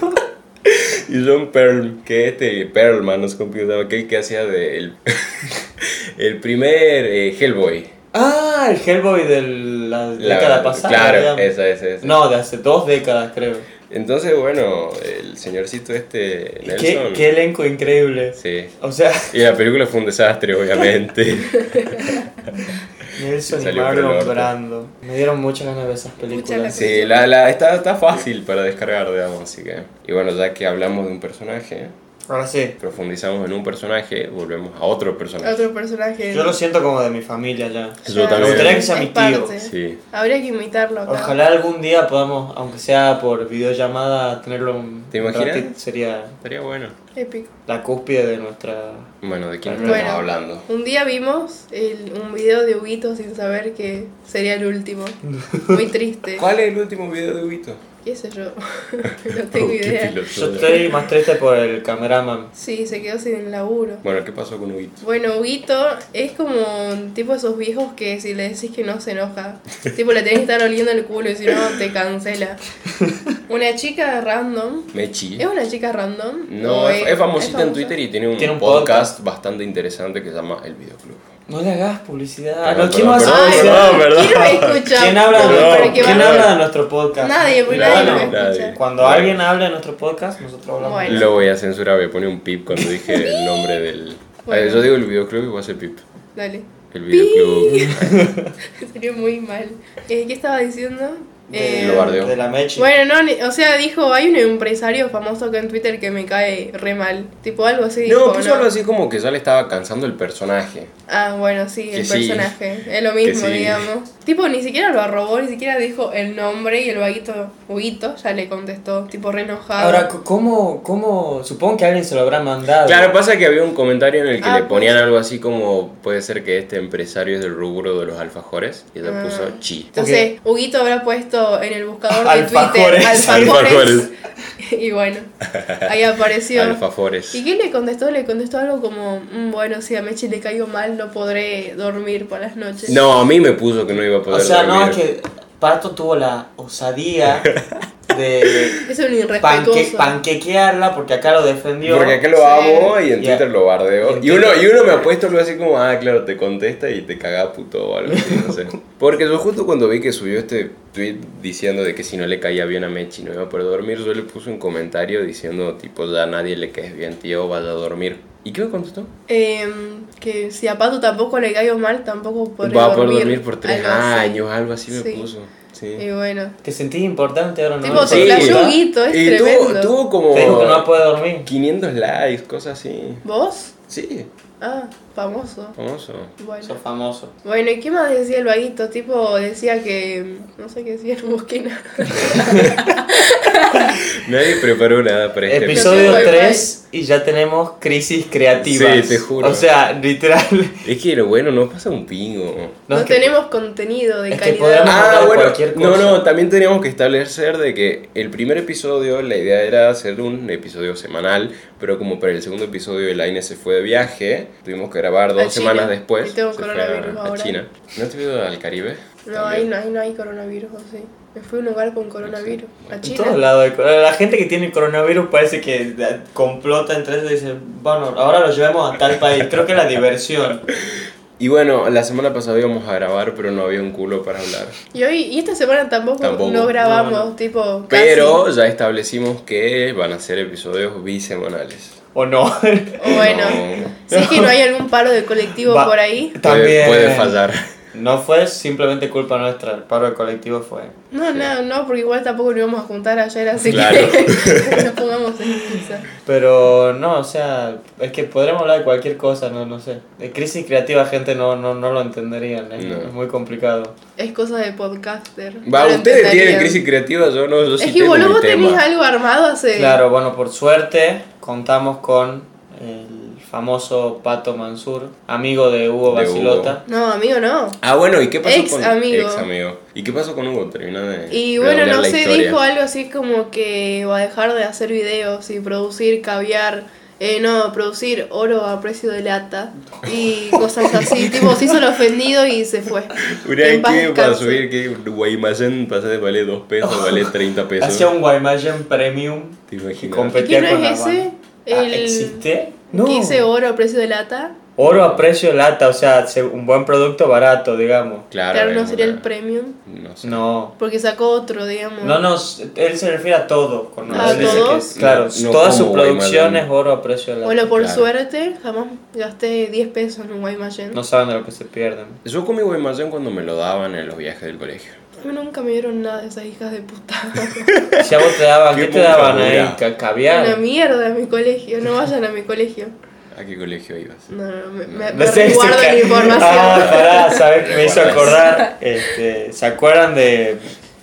Speaker 2: y John Perl, que este Perlman, no sé cómo se llama, aquel que hacía de el, el primer eh, Hellboy.
Speaker 3: Ah, el Hellboy de la
Speaker 2: La-
Speaker 3: década pasada.
Speaker 2: Claro,
Speaker 3: digamos.
Speaker 2: esa, esa, esa.
Speaker 3: No, de hace dos décadas, creo.
Speaker 2: Entonces, bueno, el señorcito este,
Speaker 3: Qué,
Speaker 2: Nelson.
Speaker 3: qué elenco increíble.
Speaker 2: Sí.
Speaker 3: O sea,
Speaker 2: Y la película fue un desastre, obviamente.
Speaker 3: Nelson y
Speaker 2: Salió
Speaker 3: Marlon
Speaker 2: Prenorte.
Speaker 3: Brando. Me dieron muchas ganas de ver esas
Speaker 1: Muchas
Speaker 3: películas.
Speaker 1: gracias.
Speaker 2: Sí, la, la, está, está fácil para descargar, digamos, así que... Y bueno, ya que hablamos de un personaje,
Speaker 3: Ahora sí.
Speaker 2: profundizamos en un personaje, volvemos a otro personaje.
Speaker 1: Otro personaje.
Speaker 3: Yo lo siento como de mi familia ya.
Speaker 2: Yo
Speaker 3: Me gustaría que
Speaker 2: también.
Speaker 3: sea
Speaker 1: Es
Speaker 3: mi tío.
Speaker 1: parte.
Speaker 2: Sí.
Speaker 1: Habría que imitarlo acá.
Speaker 3: Ojalá algún día podamos, aunque sea por videollamada, tenerlo un
Speaker 2: ¿Te imaginas?
Speaker 3: ratito. Sería
Speaker 2: Estaría bueno.
Speaker 1: Épico.
Speaker 3: la cúspide de nuestra...
Speaker 2: Bueno, ¿de quién
Speaker 3: Bueno.
Speaker 2: estamos hablando?
Speaker 1: Un día vimos el- un video de Huguito sin saber que sería el último. Muy triste.
Speaker 2: ¿Cuál es el último video de Huguito?
Speaker 1: ¿Qué sé yo? no tengo idea.
Speaker 3: Yo estoy más triste por el cameraman.
Speaker 1: Sí, se quedó sin laburo.
Speaker 2: Bueno, ¿qué pasó con Huguito?
Speaker 1: Bueno, Huguito es como un tipo de esos viejos que si le decís que no se enoja. tipo, le tenés que estar oliendo el culo y si no, te cancela. Una chica random.
Speaker 2: Mechi.
Speaker 1: ¿Es una chica random?
Speaker 2: No,
Speaker 1: ¿O
Speaker 2: es, es famosita en Twitter y tiene un,
Speaker 3: Tiene un
Speaker 2: podcast, bastante interesante que se llama El Videoclub.
Speaker 3: No le hagas publicidad.
Speaker 2: Perdón,
Speaker 3: no, ¿quién
Speaker 2: Ah, perdón,
Speaker 3: más
Speaker 2: perdón,
Speaker 3: hace
Speaker 1: Ay,
Speaker 2: perdón, perdón.
Speaker 3: publicidad?
Speaker 1: ¿Quién nos escucha?
Speaker 3: ¿Quién habla, de
Speaker 2: Perdón.
Speaker 3: nuestro,
Speaker 1: Para que
Speaker 3: ¿quién
Speaker 1: vaya-
Speaker 3: habla de nuestro podcast?
Speaker 1: Nadie, porque
Speaker 2: Nadie,
Speaker 1: nadie nos
Speaker 2: nadie.
Speaker 1: escucha.
Speaker 3: Cuando
Speaker 2: Nadie.
Speaker 3: alguien habla de nuestro podcast, nosotros hablamos.
Speaker 1: Bueno.
Speaker 2: Lo voy a censurar, voy a poner un pip cuando dije el nombre del...
Speaker 1: Bueno.
Speaker 2: Eh, yo digo el videoclub y voy a hacer pip.
Speaker 1: Dale.
Speaker 2: El videoclub.
Speaker 1: Sería muy mal. Eh, ¿Qué estaba diciendo?
Speaker 3: De,
Speaker 1: Eh,
Speaker 2: Lo bardeó.
Speaker 3: de la Mechi.
Speaker 1: bueno, no, ni- o sea, dijo, hay un empresario famoso que en Twitter que me cae re mal. Tipo algo así.
Speaker 2: No,
Speaker 1: dijo,
Speaker 2: puso algo así como que ya le estaba cansando el personaje.
Speaker 1: Ah, bueno, sí,
Speaker 2: Que
Speaker 1: el
Speaker 2: sí.
Speaker 1: personaje. Es lo mismo,
Speaker 2: sí.
Speaker 1: digamos. Tipo, ni siquiera lo arrobó, ni siquiera dijo el nombre y el vaguito, Huguito, ya le contestó, tipo re enojado.
Speaker 3: Ahora, c- ¿cómo, ¿cómo? Supongo que alguien se lo habrá mandado.
Speaker 2: Claro, pues, pasa que había un comentario en el que
Speaker 1: Ah,
Speaker 2: le ponían algo así como puede ser que este empresario es del rubro de los alfajores y ella
Speaker 1: Ah.
Speaker 2: puso chi.
Speaker 1: Entonces, Huguito habrá puesto en el buscador de Twitter
Speaker 3: Alfajores.
Speaker 1: alfajores. y bueno, ahí apareció.
Speaker 2: Alfajores.
Speaker 1: ¿Y qué le contestó? Le contestó algo como, "Mm, bueno, si a Mechi le caigo mal no podré dormir por las noches.
Speaker 2: No, a mí me puso que no iba a
Speaker 3: O
Speaker 2: poder
Speaker 3: sea, no,
Speaker 2: dormir.
Speaker 3: es que Pato tuvo la osadía de
Speaker 1: Es un
Speaker 3: panque-
Speaker 1: irrespetuoso.
Speaker 3: panquequearla porque acá lo defendió.
Speaker 2: Porque acá lo
Speaker 1: Sí.
Speaker 2: amo y en
Speaker 3: Ya.
Speaker 2: Twitter lo bardeo.
Speaker 3: En
Speaker 2: Y uno,
Speaker 3: Twitter.
Speaker 2: y uno me ha puesto algo así como, ah, claro, te contesta y te caga puto o algo así, no sé. Porque yo justo cuando vi que subió este tweet diciendo de que si no le caía bien a Mechi no iba a poder dormir, yo le puse un comentario diciendo, tipo, ya a nadie le caes bien, tío, vaya a dormir. ¿Y qué me contestó?
Speaker 1: Em, que si a Pato tampoco le caigo mal, tampoco podré
Speaker 2: Va a
Speaker 1: dormir.
Speaker 2: poder dormir por tres
Speaker 1: algo así.
Speaker 2: años, algo así me
Speaker 1: Sí.
Speaker 2: puso. Sí.
Speaker 1: Y bueno.
Speaker 3: Te sentís importante ahora, ¿no?
Speaker 1: Tipo,
Speaker 3: ¿No
Speaker 1: se
Speaker 3: te
Speaker 1: flasheó
Speaker 3: gusta?
Speaker 1: Guito, es
Speaker 2: y tuvo,
Speaker 1: tremendo.
Speaker 2: tuvo
Speaker 3: Te dijo que no
Speaker 2: como
Speaker 3: puede dormir.
Speaker 2: 500 likes, cosas así.
Speaker 1: ¿Vos?
Speaker 2: Sí,
Speaker 1: Ah, famoso.
Speaker 2: famoso.
Speaker 1: Bueno.
Speaker 3: Sos famoso.
Speaker 1: Bueno, ¿y qué más decía el vaguito? Tipo, decía que. mm, No sé qué decía, no busqué nada.
Speaker 2: Nadie preparó nada para este
Speaker 3: Episodio
Speaker 1: Bye, bye.
Speaker 3: 3 y ya tenemos crisis creativas.
Speaker 2: Sí, te juro.
Speaker 3: O sea, literal.
Speaker 2: Es que lo bueno no pasa un pingo.
Speaker 1: No,
Speaker 3: es que-
Speaker 1: tenemos contenido de
Speaker 3: es que
Speaker 1: calidad.
Speaker 3: podremos- Ah, hablar de cualquier
Speaker 2: no,
Speaker 3: cosa.
Speaker 2: no, también teníamos que establecer de que el primer episodio, la idea era hacer un episodio semanal, pero como para el segundo episodio el Aine se fue de viaje, tuvimos que grabar dos
Speaker 1: A China.
Speaker 2: semanas después.
Speaker 1: Y tengo
Speaker 2: se fue
Speaker 1: coronavirus
Speaker 2: a, a
Speaker 1: ahora.
Speaker 2: China. ¿No has ido al Caribe?
Speaker 1: No,
Speaker 2: También.
Speaker 1: ahí no, ahí no hay coronavirus, sí. Me fui a un lugar con coronavirus. A
Speaker 3: En
Speaker 1: China.
Speaker 3: todos lados. hay cor- La gente que tiene coronavirus parece que eh, complota entre ellos y dice, bueno, ahora lo llevemos a tal país. Creo que la diversión.
Speaker 2: Y bueno, la semana pasada íbamos a grabar, pero no había un culo para hablar.
Speaker 1: Y hoy, y esta semana tampoco,
Speaker 2: Tampoco.
Speaker 1: no grabamos,
Speaker 3: No, no.
Speaker 1: tipo. casi.
Speaker 2: Pero ya establecimos que van a ser episodios bisemanales.
Speaker 3: ¿O no?
Speaker 1: O bueno,
Speaker 2: No.
Speaker 1: si es que no hay algún paro de colectivo
Speaker 3: Va-
Speaker 1: por ahí.
Speaker 2: Puede, puede fallar.
Speaker 3: No fue simplemente culpa nuestra. El paro del colectivo fue.
Speaker 1: No, no, no, porque igual tampoco nos íbamos a juntar ayer, así
Speaker 2: Claro.
Speaker 1: que no pongamos en pizza.
Speaker 3: Pero no, o sea, es que podremos hablar de cualquier cosa, no, no sé. De crisis creativa gente no, no, no lo entenderían, es,
Speaker 2: No.
Speaker 3: es muy complicado.
Speaker 1: Es cosa de podcaster.
Speaker 2: Va,
Speaker 1: No lo
Speaker 2: ustedes tienen
Speaker 1: entenderían.
Speaker 2: crisis creativa, yo no, yo sí
Speaker 1: Es que
Speaker 2: tengo
Speaker 1: boludo,
Speaker 2: mi
Speaker 1: vos
Speaker 2: tema.
Speaker 1: tenés algo armado hace.
Speaker 3: Claro, bueno, por suerte contamos con el famoso Pato Mansur, amigo de Hugo
Speaker 2: De
Speaker 3: Basilota.
Speaker 1: No, amigo, no.
Speaker 2: Ah, bueno, ¿y qué pasó
Speaker 1: Ex
Speaker 2: con
Speaker 1: amigo.
Speaker 2: ex amigo? ¿Y qué pasó con Hugo? Termina de
Speaker 1: Y bueno,
Speaker 2: redondear
Speaker 1: no
Speaker 2: la
Speaker 1: sé,
Speaker 2: historia.
Speaker 1: dijo algo así como que va a dejar de hacer videos y producir caviar eh, no, producir oro a precio de lata y cosas así. tipo, se hizo el ofendido y se fue. Que
Speaker 2: Hubiera
Speaker 1: en paz
Speaker 2: que para
Speaker 1: descanse.
Speaker 2: subir que Guaymallén pasa de valer 2 pesos, vale 30 pesos.
Speaker 3: Hacía un Guaymallén Premium.
Speaker 2: ¿Te
Speaker 3: que
Speaker 2: imaginas?
Speaker 1: ¿Y
Speaker 3: competía
Speaker 1: quién
Speaker 3: con la
Speaker 1: es ese?
Speaker 3: Habana. Ah,
Speaker 1: El
Speaker 3: ¿Existe?
Speaker 1: que hice oro a precio de lata.
Speaker 3: Oro a precio lata, o sea, se- un buen producto barato, digamos.
Speaker 2: Claro,
Speaker 1: Claro,
Speaker 2: es
Speaker 1: no sería
Speaker 2: una-
Speaker 1: el premium.
Speaker 2: No sé.
Speaker 3: No.
Speaker 1: Porque sacó otro, digamos.
Speaker 3: No, no, s- él se refiere a todo. Con
Speaker 1: ¿A
Speaker 3: él dice que-
Speaker 1: todos?
Speaker 3: claro,
Speaker 2: No, no
Speaker 3: toda su
Speaker 2: como
Speaker 3: producción
Speaker 2: Guaymallén.
Speaker 3: es oro a precio lata.
Speaker 1: Bueno, por
Speaker 2: Claro.
Speaker 1: suerte, jamás gasté 10 pesos en un Guaymallén.
Speaker 3: No saben de lo que se pierden.
Speaker 2: Yo comí Guaymallén cuando me lo daban en los viajes del colegio.
Speaker 1: A mí nunca me dieron nada de esas hijas de puta.
Speaker 3: Si a vos te daban,
Speaker 2: Qué
Speaker 3: ¿qué te daban
Speaker 2: poca
Speaker 3: ahí?
Speaker 2: dura.
Speaker 3: Ca-
Speaker 1: Una
Speaker 3: Caviar.
Speaker 1: mierda a mi colegio. No vayan a mi colegio.
Speaker 2: ¿A qué colegio ibas?
Speaker 1: No, no, me, me,
Speaker 3: No
Speaker 1: me
Speaker 3: sé,
Speaker 1: resguardo
Speaker 3: este ca-
Speaker 1: la información.
Speaker 3: Ah, pará, ¿sabes qué me hizo
Speaker 2: Guardas.
Speaker 3: acordar? Este, ¿Se acuerdan de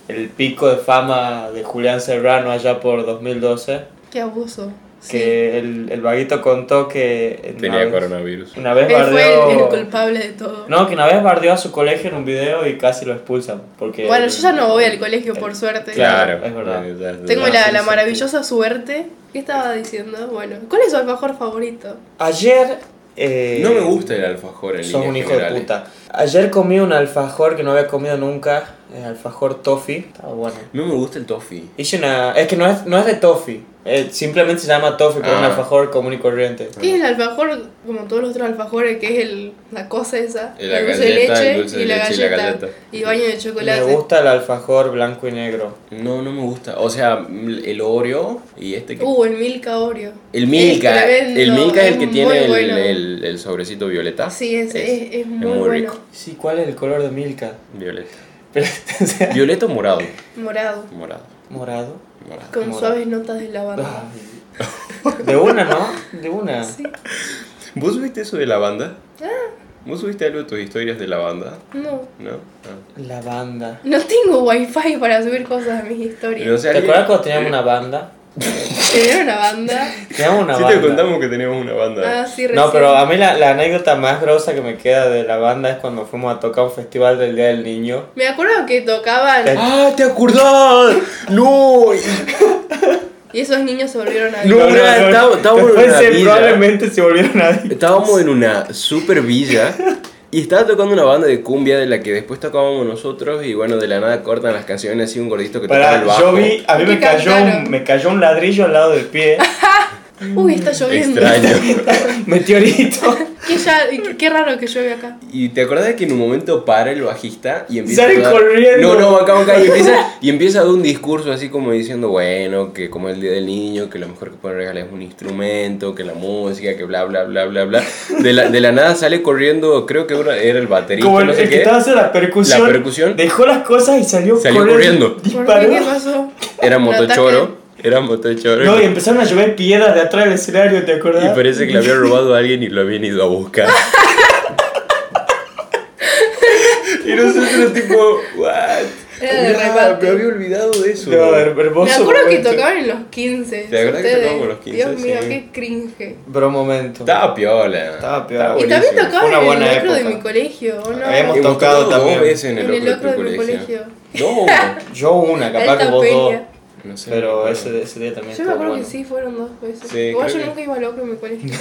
Speaker 3: el pico de fama de Julián Serrano allá por 2012?
Speaker 1: Qué abuso. Sí.
Speaker 3: Que el, el vaguito contó que en una
Speaker 2: Tenía
Speaker 3: vez-
Speaker 2: coronavirus.
Speaker 3: Una vez
Speaker 1: Él fue el, el
Speaker 3: bardeó.
Speaker 1: culpable de todo.
Speaker 3: No, que una vez bardeó a su colegio en un video y casi lo expulsan. Porque
Speaker 1: bueno, yo ya no voy al colegio, por suerte.
Speaker 2: eh, Claro,
Speaker 3: Es verdad.
Speaker 2: Es
Speaker 1: Tengo
Speaker 3: Ah,
Speaker 1: la,
Speaker 3: sí,
Speaker 1: la
Speaker 3: sí,
Speaker 1: maravillosa suerte. ¿Qué estaba diciendo? Bueno, ¿cuál es su alfajor favorito?
Speaker 3: Ayer. eh,
Speaker 2: No me gusta el alfajor en
Speaker 3: Sos
Speaker 2: líneas
Speaker 3: un hijo
Speaker 2: generales.
Speaker 3: de puta. Ayer comí un alfajor que no había comido nunca. El alfajor toffee. Estaba bueno.
Speaker 2: No me gusta el toffee.
Speaker 3: Hice una. Es que no es, no es de toffee. eh, simplemente se llama toffee por un
Speaker 2: Ah.
Speaker 3: alfajor común y corriente.
Speaker 1: ¿Qué es el alfajor? Como todos los otros alfajores, que es el, la cosa esa.
Speaker 2: Y Eh, la
Speaker 1: el
Speaker 2: galleta, el dulce de leche y la galleta.
Speaker 1: Y baño de
Speaker 3: Me
Speaker 1: chocolate.
Speaker 3: gusta el alfajor blanco y negro.
Speaker 2: No, no me gusta. O sea, mm, el Oreo y este que...
Speaker 1: Uh, el Milka Oreo.
Speaker 2: el Milka.
Speaker 1: Es
Speaker 2: El Milka es el que
Speaker 1: muy
Speaker 2: tiene el,
Speaker 1: bueno.
Speaker 2: el- el sobrecito violeta.
Speaker 1: Sí, es, es, es muy,
Speaker 2: muy
Speaker 1: bueno.
Speaker 2: rico.
Speaker 3: Sí, ¿cuál es el color de Milka?
Speaker 2: Violeta.
Speaker 3: Pero, o sea,
Speaker 2: Violeta o morado.
Speaker 1: Morado.
Speaker 2: Morado.
Speaker 3: Morado.
Speaker 2: Morado.
Speaker 1: Con
Speaker 3: Morado. Ah.
Speaker 1: suaves notas de lavanda.
Speaker 3: Ay. De una, ¿no? De una.
Speaker 1: Sí.
Speaker 2: ¿Vos subiste eso de la banda?
Speaker 1: Ah.
Speaker 2: ¿Vos subiste algo de tus historias de la banda?
Speaker 1: No.
Speaker 2: ¿No? Ah.
Speaker 3: La banda.
Speaker 1: No tengo wifi para subir cosas a mis
Speaker 2: Pero, o
Speaker 1: historias.
Speaker 2: sea,
Speaker 3: ¿Te
Speaker 2: alguien-
Speaker 3: acuerdas cuando teníamos una banda?
Speaker 1: Tener una banda.
Speaker 3: Teníamos una
Speaker 2: Sí
Speaker 3: banda.
Speaker 2: te contamos que teníamos una banda.
Speaker 1: Ah, sí,
Speaker 3: No,
Speaker 1: recién.
Speaker 3: pero a mí la, la anécdota más grosa que me queda de la banda es cuando fuimos a tocar un festival del Día del Niño.
Speaker 1: Me acuerdo que tocaban
Speaker 2: ¡Ah, te acordás! ¡No!
Speaker 1: y esos niños se volvieron a
Speaker 2: No. mira, estaba- estaba en
Speaker 3: Después
Speaker 2: una
Speaker 3: se-
Speaker 2: villa.
Speaker 3: probablemente se volvieron a
Speaker 2: Estábamos en una super villa y estaba tocando una banda de cumbia de la que después tocábamos nosotros y bueno, de la nada cortan las canciones así un gordito que tocaba
Speaker 3: Pará,
Speaker 2: el bajo.
Speaker 3: yo vi, a mí
Speaker 1: ¿Qué
Speaker 3: me cayó, un,
Speaker 1: cantaron?
Speaker 3: me cayó un ladrillo al lado del pie,
Speaker 1: Uy, está lloviendo.
Speaker 2: Extraño.
Speaker 3: meteorito.
Speaker 1: Qué, ya- qué- qué raro que llueve acá.
Speaker 2: Y te acordás que en un momento para el bajista y empieza
Speaker 3: Sale
Speaker 2: a dar-
Speaker 3: corriendo.
Speaker 2: No, no, acá, acá. Y empieza, y empieza a dar un discurso así como diciendo, bueno, que como es el día del niño, que lo mejor que pueden regalar es un instrumento, que la música, que bla, bla, bla, bla, bla. De la, de la nada sale corriendo, creo que era era el baterista,
Speaker 3: Como el,
Speaker 2: no sé
Speaker 3: el
Speaker 2: qué.
Speaker 3: que estaba haciendo la percusión,
Speaker 2: La percusión.
Speaker 3: dejó las cosas y salió,
Speaker 2: Salió corriendo.
Speaker 1: ¿Por qué? ¿Qué
Speaker 3: Disparó.
Speaker 1: pasó?
Speaker 2: Era
Speaker 1: Un
Speaker 2: motochoro. Era motochoro.
Speaker 3: No, y empezaron a llover piedras de atrás del escenario, ¿te acordás?
Speaker 2: Y parece que le había robado a alguien y lo habían ido a buscar. y nosotros tipo, what?
Speaker 1: Era de
Speaker 2: Mirá,
Speaker 1: remate.
Speaker 2: me había olvidado de eso.
Speaker 3: No, her- hermoso
Speaker 1: Me acuerdo que
Speaker 3: momento.
Speaker 1: tocaban en los 15.
Speaker 2: ¿Te acuerdas que
Speaker 1: ustedes?
Speaker 2: tocaban con los 15?
Speaker 1: Dios mío,
Speaker 2: Sí.
Speaker 1: qué cringe.
Speaker 3: Bro, momento.
Speaker 2: Estaba piola.
Speaker 3: Estaba piola.
Speaker 1: Y
Speaker 2: buenísimo.
Speaker 1: también
Speaker 3: Fue
Speaker 1: tocaban
Speaker 3: una
Speaker 1: en el
Speaker 3: buena
Speaker 1: locro de
Speaker 3: época.
Speaker 1: mi colegio, ¿o no?
Speaker 2: Hemos
Speaker 3: Habíamos tocado
Speaker 2: tocado
Speaker 3: también.
Speaker 2: dos veces en el,
Speaker 1: En el
Speaker 2: locro de
Speaker 1: locro
Speaker 2: tu
Speaker 1: de mi
Speaker 2: colegio. No,
Speaker 3: Yo una, capaz que
Speaker 1: Alta
Speaker 3: vos dos.
Speaker 1: peña.
Speaker 2: no sé.
Speaker 3: Pero
Speaker 2: no
Speaker 3: ese, ese día también
Speaker 1: Yo me
Speaker 3: estuvo
Speaker 1: acuerdo
Speaker 3: bueno.
Speaker 1: que sí, fueron dos veces.
Speaker 2: Sí,
Speaker 1: Igual
Speaker 2: creo
Speaker 1: yo
Speaker 2: que-
Speaker 1: nunca iba al locro en mi colegio.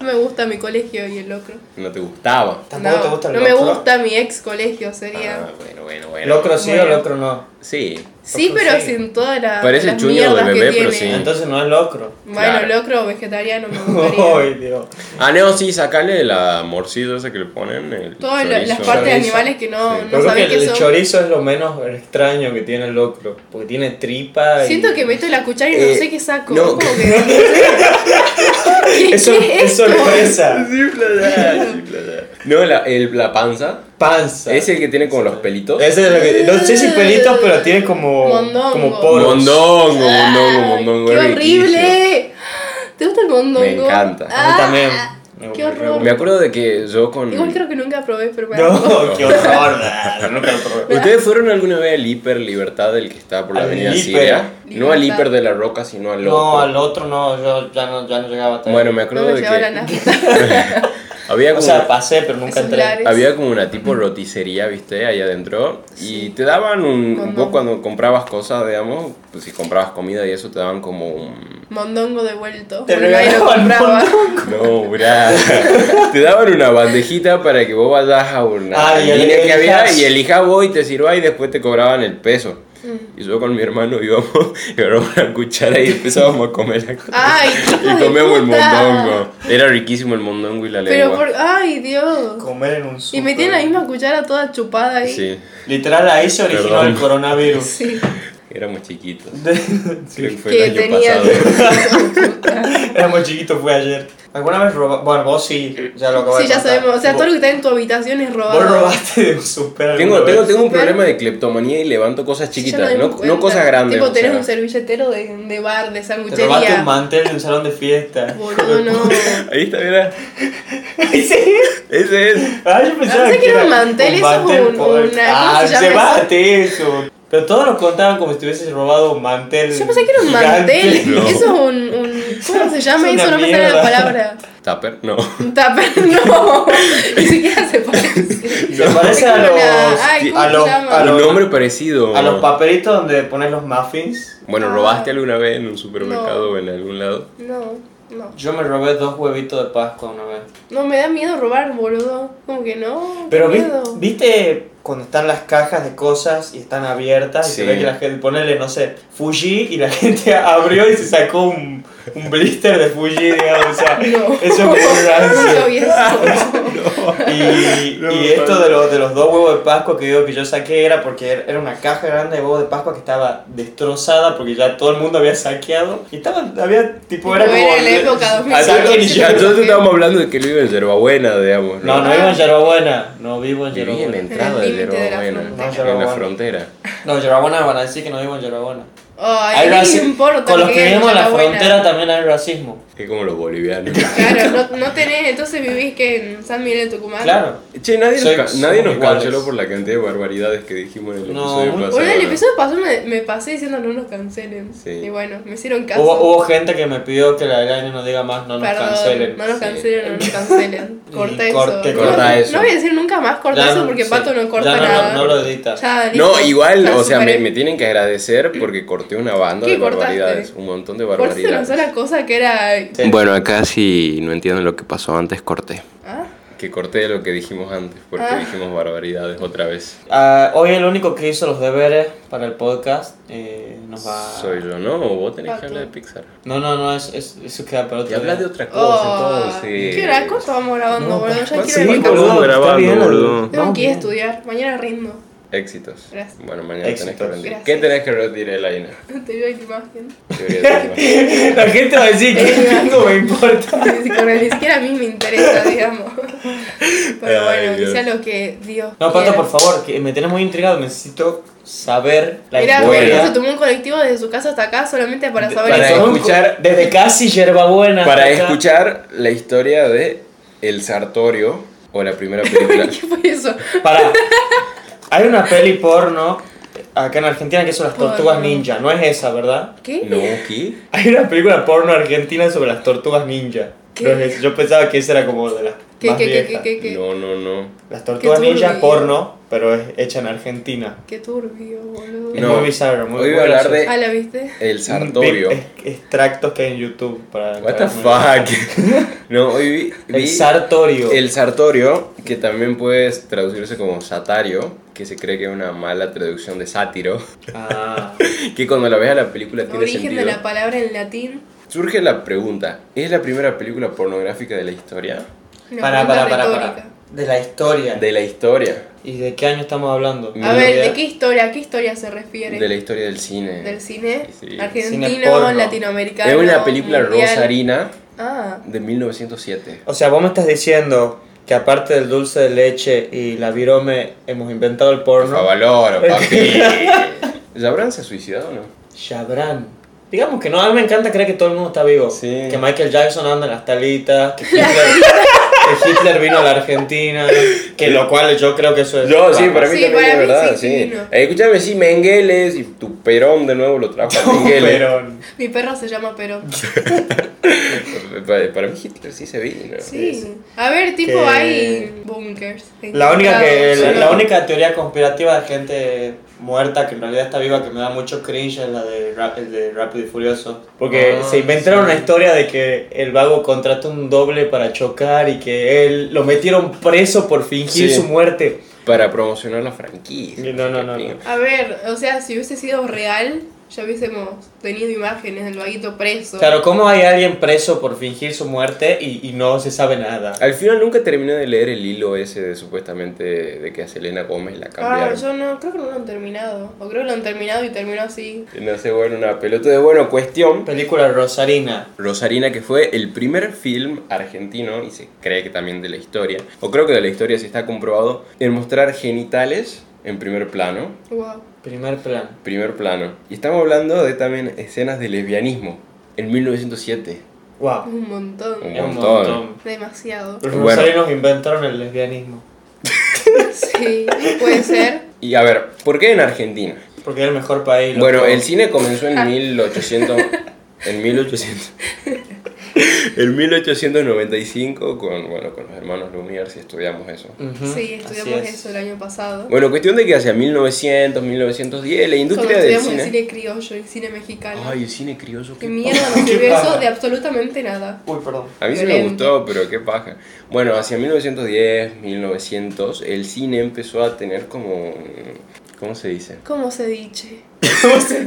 Speaker 1: no me gusta mi colegio y el locro.
Speaker 2: No te gustaba.
Speaker 3: ¿Tampoco
Speaker 1: no,
Speaker 3: te gusta el
Speaker 1: no
Speaker 3: locro?
Speaker 1: me gusta mi ex colegio, sería.
Speaker 2: Ah, bueno, bueno, bueno.
Speaker 3: ¿Locro sí
Speaker 1: Bueno.
Speaker 3: o locro no?
Speaker 2: Sí.
Speaker 1: sí,
Speaker 3: locro
Speaker 1: pero
Speaker 3: sí.
Speaker 1: sin todas las.
Speaker 2: Parece
Speaker 1: las
Speaker 2: chuño de
Speaker 1: mierdas que
Speaker 2: bebé, pero
Speaker 1: tiene.
Speaker 2: sí.
Speaker 3: Entonces no es locro.
Speaker 1: Bueno,
Speaker 2: Claro.
Speaker 1: locro vegetariano me
Speaker 3: Ay,
Speaker 1: gustaría.
Speaker 3: Dios.
Speaker 2: Ah, no, sí, sacale la morcilla esa que le ponen. El
Speaker 1: Todas la- las
Speaker 2: chorizo.
Speaker 1: partes de
Speaker 3: Chorizo.
Speaker 1: animales que no,
Speaker 2: Sí.
Speaker 1: no
Speaker 3: Yo creo que
Speaker 1: sabés
Speaker 3: el
Speaker 1: que son.
Speaker 3: chorizo es lo menos extraño que tiene el locro. Porque tiene tripa. y-
Speaker 1: Siento que meto la cuchara y no
Speaker 2: Eh,
Speaker 1: sé qué saco.
Speaker 2: no.
Speaker 1: es como que. ¿Qué-
Speaker 3: Eso
Speaker 1: qué
Speaker 3: es sorpresa.
Speaker 2: Sí, plata, sí, plata. No, la, el- la panza.
Speaker 3: Panza.
Speaker 2: Es el que tiene como los pelitos.
Speaker 3: Ese es lo que. No sé si pelitos, pero tiene como.
Speaker 1: Mondongo.
Speaker 3: Como poros.
Speaker 2: mondongo, mondongo,
Speaker 1: Ay,
Speaker 2: mondongo.
Speaker 1: Ah, ¡Qué
Speaker 2: era riquísimo.
Speaker 1: horrible! ¿Te gusta el mondongo?
Speaker 2: Me encanta.
Speaker 3: A mí
Speaker 1: Ah,
Speaker 3: también.
Speaker 1: qué horror.
Speaker 2: Me acuerdo de que yo con.
Speaker 1: Igual creo que nunca probé, pero me acuerdo.
Speaker 3: No, qué horror. nah, Nunca lo probé.
Speaker 2: ¿Ustedes fueron alguna vez al Hiper Libertad, el que está por la
Speaker 3: Al
Speaker 2: avenida
Speaker 3: Hiper.
Speaker 2: Siria? No al
Speaker 1: Libertad.
Speaker 2: Hiper de la Roca, sino al otro.
Speaker 3: No, al otro no. Yo ya no, ya no llegaba hasta ahí.
Speaker 2: Bueno, me
Speaker 1: No
Speaker 2: acuerdo
Speaker 1: me
Speaker 2: de
Speaker 1: llevaba la
Speaker 2: que
Speaker 1: nafta.
Speaker 2: había
Speaker 3: O
Speaker 2: como,
Speaker 3: sea, pasé, pero nunca
Speaker 1: Esos
Speaker 3: entré.
Speaker 1: lares.
Speaker 2: había como una tipo roticería, ¿viste? Ahí adentro. Y te daban un...
Speaker 1: Condón.
Speaker 2: Vos cuando comprabas cosas, digamos, pues si comprabas comida y eso, te daban como un...
Speaker 1: mondongo devuelto.
Speaker 3: Te
Speaker 1: porque nadie lo
Speaker 3: regalaban
Speaker 1: compraba.
Speaker 2: No, bra. Te daban una bandejita para que vos vayas a una
Speaker 3: Ah, y
Speaker 2: línea que había
Speaker 3: elijas.
Speaker 2: y elijas vos y te sirva y después te cobraban el peso.
Speaker 1: Mm.
Speaker 2: Y yo con mi hermano íbamos, llevábamos una cuchara y empezábamos a comer la
Speaker 1: Ay, hijos
Speaker 2: Y
Speaker 1: de
Speaker 2: comíamos el
Speaker 1: puta.
Speaker 2: mondongo. Era riquísimo el mondongo y la
Speaker 1: Pero
Speaker 2: lengua.
Speaker 1: por. ¡Ay, Dios!
Speaker 3: Comer en un
Speaker 1: Y
Speaker 3: súper.
Speaker 1: metían la misma cuchara toda chupada ahí.
Speaker 2: Sí,
Speaker 3: Literal, ahí se originó
Speaker 2: Perdón.
Speaker 3: el coronavirus.
Speaker 1: Sí.
Speaker 2: éramos chiquitos.
Speaker 3: De-
Speaker 2: Creo que fue
Speaker 1: Que
Speaker 2: el año
Speaker 1: tenían-
Speaker 2: pasado.
Speaker 3: Éramos chiquitos, fue ayer. ¿Alguna vez robaste? Bueno, vos sí, ya lo acabas
Speaker 1: Sí,
Speaker 3: de
Speaker 1: ya
Speaker 3: contar.
Speaker 1: sabemos. O sea,
Speaker 3: Vos-
Speaker 1: todo lo que está en tu habitación es robado.
Speaker 3: Vos robaste de un súper.
Speaker 2: Tengo,
Speaker 3: alguna
Speaker 2: tengo,
Speaker 3: vez.
Speaker 2: tengo un
Speaker 1: Pero-
Speaker 2: problema de cleptomanía y levanto cosas
Speaker 1: Yo
Speaker 2: chiquitas,
Speaker 1: me doy
Speaker 2: no,
Speaker 1: cuenta.
Speaker 2: no cosas grandes.
Speaker 1: Tipo,
Speaker 2: o
Speaker 1: tenés
Speaker 2: sea.
Speaker 1: un servilletero de, de bar, de
Speaker 3: Te robaste
Speaker 1: sanguchería.
Speaker 3: un mantel de un salón de fiesta.
Speaker 1: Boludo, no.
Speaker 2: Ahí está, mira.
Speaker 3: ¿Sí?
Speaker 2: Ese es.
Speaker 3: Ah, yo pensaba
Speaker 1: Pensé que era un mantel, eso es un-
Speaker 3: por-
Speaker 1: una- ¿cómo
Speaker 3: Ah,
Speaker 1: se llama
Speaker 3: llevate eso. Pero todos nos contaban como si hubieses robado un mantel.
Speaker 1: Yo pensé que era un
Speaker 3: gigante.
Speaker 1: mantel.
Speaker 2: No.
Speaker 1: Eso es un, un. ¿Cómo se llama
Speaker 3: Es una
Speaker 1: eso? No me sale la
Speaker 3: mierda.
Speaker 1: palabra.
Speaker 2: Tupper, no.
Speaker 1: Un tupper, no. Ni siquiera se parece.
Speaker 3: Se parece a
Speaker 1: Pero
Speaker 3: los,
Speaker 1: la- ay, ¿cómo
Speaker 3: a
Speaker 1: se
Speaker 3: los,
Speaker 1: llama?
Speaker 3: a
Speaker 2: Un
Speaker 3: los,
Speaker 2: nombre parecido.
Speaker 3: a los papelitos donde pones los muffins.
Speaker 2: Bueno, ¿robaste alguna vez en un supermercado
Speaker 1: Ah. No.
Speaker 2: o en algún lado?
Speaker 1: No, no.
Speaker 3: Yo me robé dos huevitos de Pascua una vez.
Speaker 1: No, me da miedo robar, boludo. Como que no. qué
Speaker 3: Pero vi-
Speaker 1: miedo.
Speaker 3: viste cuando están las cajas de cosas y están abiertas y se
Speaker 2: Sí.
Speaker 3: ve que la gente ponele, no sé, Fuji y la gente abrió y se sacó un, un blister de Fuji, digamos, o sea,
Speaker 1: No.
Speaker 3: eso me dio
Speaker 1: Nunca
Speaker 3: rancio.
Speaker 1: vi eso.
Speaker 3: Y,
Speaker 2: No,
Speaker 3: y
Speaker 2: no,
Speaker 3: esto
Speaker 2: no.
Speaker 3: de los, de los dos huevos de Pascua que digo que yo saqué era porque er- era una caja grande de huevos de Pascua que estaba destrozada porque ya todo el mundo había saqueado y estaba, había tipo, era
Speaker 1: Tipo,
Speaker 3: como...
Speaker 1: era la época 2007.
Speaker 3: Saquen y
Speaker 1: Sí,
Speaker 3: ya-
Speaker 1: sí,
Speaker 2: Entonces
Speaker 1: sí.
Speaker 2: estábamos hablando de que él vive en Yerbabuena, digamos.
Speaker 3: No, no iba en Yerbabuena, no vivo en
Speaker 2: Vivía en la
Speaker 3: Yerbabuena.
Speaker 2: entrada de
Speaker 1: En el límite de la
Speaker 2: Yerbabuena,
Speaker 3: frontera.
Speaker 2: en la frontera.
Speaker 3: No, Yerbabuena van a decir que no vivo en Yerbabuena.
Speaker 1: Ay,
Speaker 3: Hay
Speaker 1: ¿qué
Speaker 3: raci-
Speaker 1: le importa?
Speaker 3: Con los que
Speaker 1: quede
Speaker 3: vivimos en la
Speaker 1: buena?
Speaker 3: frontera también hay racismo.
Speaker 2: Es como los bolivianos.
Speaker 1: Claro, no, no tenés, entonces vivís que en San Miguel de Tucumán.
Speaker 3: Claro.
Speaker 2: Che, nadie, nos,
Speaker 3: Soy-
Speaker 2: ca-
Speaker 3: somos
Speaker 2: nadie nos
Speaker 3: iguales.
Speaker 2: canceló por la cantidad de barbaridades que dijimos en el
Speaker 3: No,
Speaker 2: episodio
Speaker 3: muy-
Speaker 2: pasado.
Speaker 1: Boludo, el
Speaker 2: ¿no?
Speaker 1: episodio pasado me, me pasé diciendo no nos cancelen.
Speaker 2: Sí.
Speaker 1: Y bueno, me hicieron caso.
Speaker 3: Hubo, hubo gente que me pidió que la airline no diga más, no nos
Speaker 1: Perdón,
Speaker 3: cancelen.
Speaker 1: no nos
Speaker 2: Sí.
Speaker 1: cancelen, no nos cancelen. Corta
Speaker 3: Y
Speaker 1: eso.
Speaker 3: corte,
Speaker 1: no,
Speaker 2: corta eso.
Speaker 1: no voy a decir nunca más corta
Speaker 3: Ya
Speaker 1: eso porque
Speaker 3: sí.
Speaker 1: Pato no corta
Speaker 3: Ya
Speaker 1: nada.
Speaker 3: No, lo edita.
Speaker 1: Ya, listo,
Speaker 2: No, igual,
Speaker 1: ya
Speaker 2: o sea, me,
Speaker 1: superé.
Speaker 2: me tienen que agradecer porque corté una banda
Speaker 1: ¿Qué
Speaker 2: de barbaridades,
Speaker 1: cortaste?
Speaker 2: un montón de
Speaker 1: Cortaste una
Speaker 2: barbaridades.
Speaker 1: sola cosa que era.
Speaker 3: Sí.
Speaker 2: Bueno, acá si no entienden lo que pasó antes, corté.
Speaker 1: ¿Ah?
Speaker 2: Que corté lo que dijimos antes, porque
Speaker 1: Ah.
Speaker 2: dijimos barbaridades otra vez.
Speaker 3: Ah, hoy el único que hizo los deberes para el podcast eh, nos va.
Speaker 2: Soy yo, ¿no? Vos tenés que
Speaker 1: Pato.
Speaker 2: hablar de Pixar.
Speaker 3: No, no, no, es- es- eso queda para
Speaker 2: Y
Speaker 3: otro día.
Speaker 2: hablas de otra cosa,
Speaker 1: Oh,
Speaker 2: entonces.
Speaker 1: ¿Qué hora? ¿Cuánto vamos grabando,
Speaker 3: No,
Speaker 1: boludo? Ya
Speaker 2: ¿cuánto
Speaker 1: quiero ir
Speaker 2: seguimos,
Speaker 1: a mi
Speaker 2: boludo?
Speaker 1: casa.
Speaker 2: Estamos grabando,
Speaker 3: está bien,
Speaker 2: boludo.
Speaker 1: Tengo
Speaker 3: vamos
Speaker 1: que ir a
Speaker 3: bien.
Speaker 1: estudiar. Mañana rindo.
Speaker 2: Éxitos.
Speaker 1: Gracias.
Speaker 2: Bueno, mañana tenés que
Speaker 3: Éxitos.
Speaker 2: rendir.
Speaker 1: Gracias.
Speaker 2: ¿Qué tenés que rendir, Elaina?
Speaker 1: Te veo en imagen.
Speaker 2: Teoría de temas.
Speaker 3: La gente va a decir que no me importa.
Speaker 1: Ni siquiera- ni siquiera a mí me interesa, digamos. Pero
Speaker 2: Ay,
Speaker 1: bueno, que
Speaker 2: Dios.
Speaker 1: sea lo que Dios.
Speaker 3: No, Pato,
Speaker 1: quiera.
Speaker 3: por favor, que me tenés muy intrigado. Necesito saber la
Speaker 1: Mira,
Speaker 3: historia.
Speaker 1: Rodrigo se tomó un colectivo desde su casa hasta acá solamente para saber
Speaker 2: para
Speaker 1: eso.
Speaker 2: escuchar-
Speaker 3: desde casi yerbabuena.
Speaker 2: Para
Speaker 3: hasta acá.
Speaker 2: escuchar la historia de El Sartorio o la primera película.
Speaker 1: ¿Qué fue eso?
Speaker 3: Para. Hay una peli porno acá en Argentina que son las tortugas
Speaker 1: Porno.
Speaker 3: ninja, no es esa, ¿verdad?
Speaker 1: ¿Qué?
Speaker 2: no, ¿qué?
Speaker 3: Hay una película porno argentina sobre las tortugas ninja.
Speaker 1: ¿Qué?
Speaker 3: No es esa. Yo pensaba que esa era como de las
Speaker 1: ¿Qué,
Speaker 3: más
Speaker 1: qué, qué,
Speaker 3: viejas.
Speaker 1: qué, qué, qué?
Speaker 2: No, no, no.
Speaker 3: Las tortugas
Speaker 1: Qué
Speaker 3: ninja
Speaker 1: turbio.
Speaker 3: porno, pero es hecha en Argentina.
Speaker 1: Qué turbio, boludo.
Speaker 3: Es
Speaker 2: No. eh,
Speaker 3: muy bizarro, muy
Speaker 2: Hoy voy a
Speaker 3: muy
Speaker 2: hablar
Speaker 3: gracioso.
Speaker 1: Ah, ¿la viste?
Speaker 2: El Sartorio.
Speaker 3: Es- Extractos que hay en YouTube para.
Speaker 2: What the fuck? no, hoy vi, vi
Speaker 3: El sartorio.
Speaker 2: el Sartorio, que también puede traducirse como satario, que se cree que es una mala traducción de sátiro,
Speaker 3: Ah.
Speaker 2: que cuando la ves a la película tiene
Speaker 1: Origen
Speaker 2: sentido.
Speaker 1: de la palabra en latín.
Speaker 2: Surge la pregunta, ¿es la primera película pornográfica de la historia?
Speaker 1: Una
Speaker 3: Para,
Speaker 1: pregunta
Speaker 3: para, para, para.
Speaker 1: retórica.
Speaker 3: De la historia.
Speaker 2: De la historia,
Speaker 3: ¿Y de qué año estamos hablando?
Speaker 1: A ver, ¿de
Speaker 3: Idea.
Speaker 1: qué historia? ¿A qué historia se refiere?
Speaker 2: de la historia del cine.
Speaker 1: ¿Del cine?
Speaker 2: Sí.
Speaker 1: Argentino,
Speaker 3: Cine porno.
Speaker 1: latinoamericano.
Speaker 2: es una película
Speaker 1: mundial.
Speaker 2: rosarina
Speaker 1: Ah,
Speaker 2: de 1907.
Speaker 3: O sea, vos me estás diciendo que aparte del dulce de leche y la virome hemos inventado el
Speaker 2: Por
Speaker 3: porno.
Speaker 2: favor, papi. ¿Yabrán se suicidado o no?
Speaker 3: Shabran. Digamos que no, a mí me encanta creer que todo el mundo está vivo.
Speaker 2: Sí.
Speaker 3: Que Michael Jackson anda en las talitas, que Hitler, que Hitler vino a la Argentina, que lo cual yo creo que eso es...
Speaker 2: Yo, sí, para mí
Speaker 1: Sí,
Speaker 2: también
Speaker 1: para
Speaker 2: es
Speaker 1: mí
Speaker 2: verdad,
Speaker 1: sí,
Speaker 2: sí.
Speaker 1: divino.
Speaker 2: Eh, escúchame, sí, Mengeles y tu Perón de nuevo lo trajo a Mengeles.
Speaker 3: Pero...
Speaker 1: mi perro se llama Perón.
Speaker 2: para, para mí Hitler sí se vino.
Speaker 1: Sí. A ver, tipo,
Speaker 3: Que-
Speaker 1: hay bunkers.
Speaker 3: La única, que, la,
Speaker 1: encontrados.
Speaker 3: la única teoría conspirativa de gente muerta que en realidad está viva que me da mucho cringe es la de, Ra- el de Rápido y Furioso.
Speaker 2: Porque
Speaker 3: Porque
Speaker 2: Ah,
Speaker 3: se inventaron
Speaker 2: sí.
Speaker 3: una historia de que el vago contrata un doble para chocar y que él lo metieron preso por fingir
Speaker 2: Sí.
Speaker 3: su muerte.
Speaker 2: Para promocionar la franquicia.
Speaker 3: No, no, no, no.
Speaker 1: A ver, o sea, si hubiese sido real, ya hubiésemos tenido imágenes del vaguito preso.
Speaker 3: Claro, ¿cómo hay alguien preso por fingir su muerte y, y no se sabe nada?
Speaker 2: Al final nunca terminé de leer el hilo ese de supuestamente de que a Selena Gómez la
Speaker 1: Ah,
Speaker 2: cambiaron.
Speaker 1: yo no, creo que no lo han terminado. O creo que lo han terminado y terminó así.
Speaker 2: Y No sé, bueno, una pelota de bueno, cuestión.
Speaker 3: Película Rosarina.
Speaker 2: Rosarina, que fue el primer film argentino, y se cree que también de la historia, o creo que de la historia se está comprobado, en mostrar genitales en primer plano.
Speaker 1: Wow.
Speaker 3: Primer plan.
Speaker 2: Primer plano. Y estamos hablando de también escenas de lesbianismo. En 1907.
Speaker 3: Wow.
Speaker 1: Un montón.
Speaker 2: Un
Speaker 3: Es un
Speaker 2: montón.
Speaker 3: montón.
Speaker 1: Demasiado.
Speaker 3: Los
Speaker 2: Bueno.
Speaker 3: rosarinos inventaron el lesbianismo.
Speaker 1: Sí, puede ser.
Speaker 2: Y a ver, ¿por qué en Argentina?
Speaker 3: Porque es el mejor país. loco.
Speaker 2: Bueno, el cine comenzó
Speaker 1: Ah.
Speaker 2: en 1800. En 1800. En 1895, con, bueno, con los hermanos Lumière, si estudiamos eso.
Speaker 3: Ujú,
Speaker 1: Sí, estudiamos
Speaker 3: así es.
Speaker 1: eso el año pasado.
Speaker 2: Bueno, cuestión de que hacia 1900, 1910, la
Speaker 1: Cuando
Speaker 2: industria del
Speaker 1: estudiamos
Speaker 2: cine.
Speaker 1: el cine criollo, el cine mexicano.
Speaker 2: Ay, el cine criollo,
Speaker 1: Que
Speaker 2: qué
Speaker 1: mierda
Speaker 3: Qué
Speaker 1: nos sirvió
Speaker 3: paja.
Speaker 1: eso de absolutamente nada.
Speaker 3: Uy, perdón.
Speaker 2: A mí sí me
Speaker 1: Violento.
Speaker 2: gustó, pero qué paja. Bueno, hacia 1910, 1900, el cine empezó a tener como... un- ¿Cómo se dice?
Speaker 1: ¿Cómo se dice?
Speaker 3: ¿Cómo se
Speaker 2: ¿Qué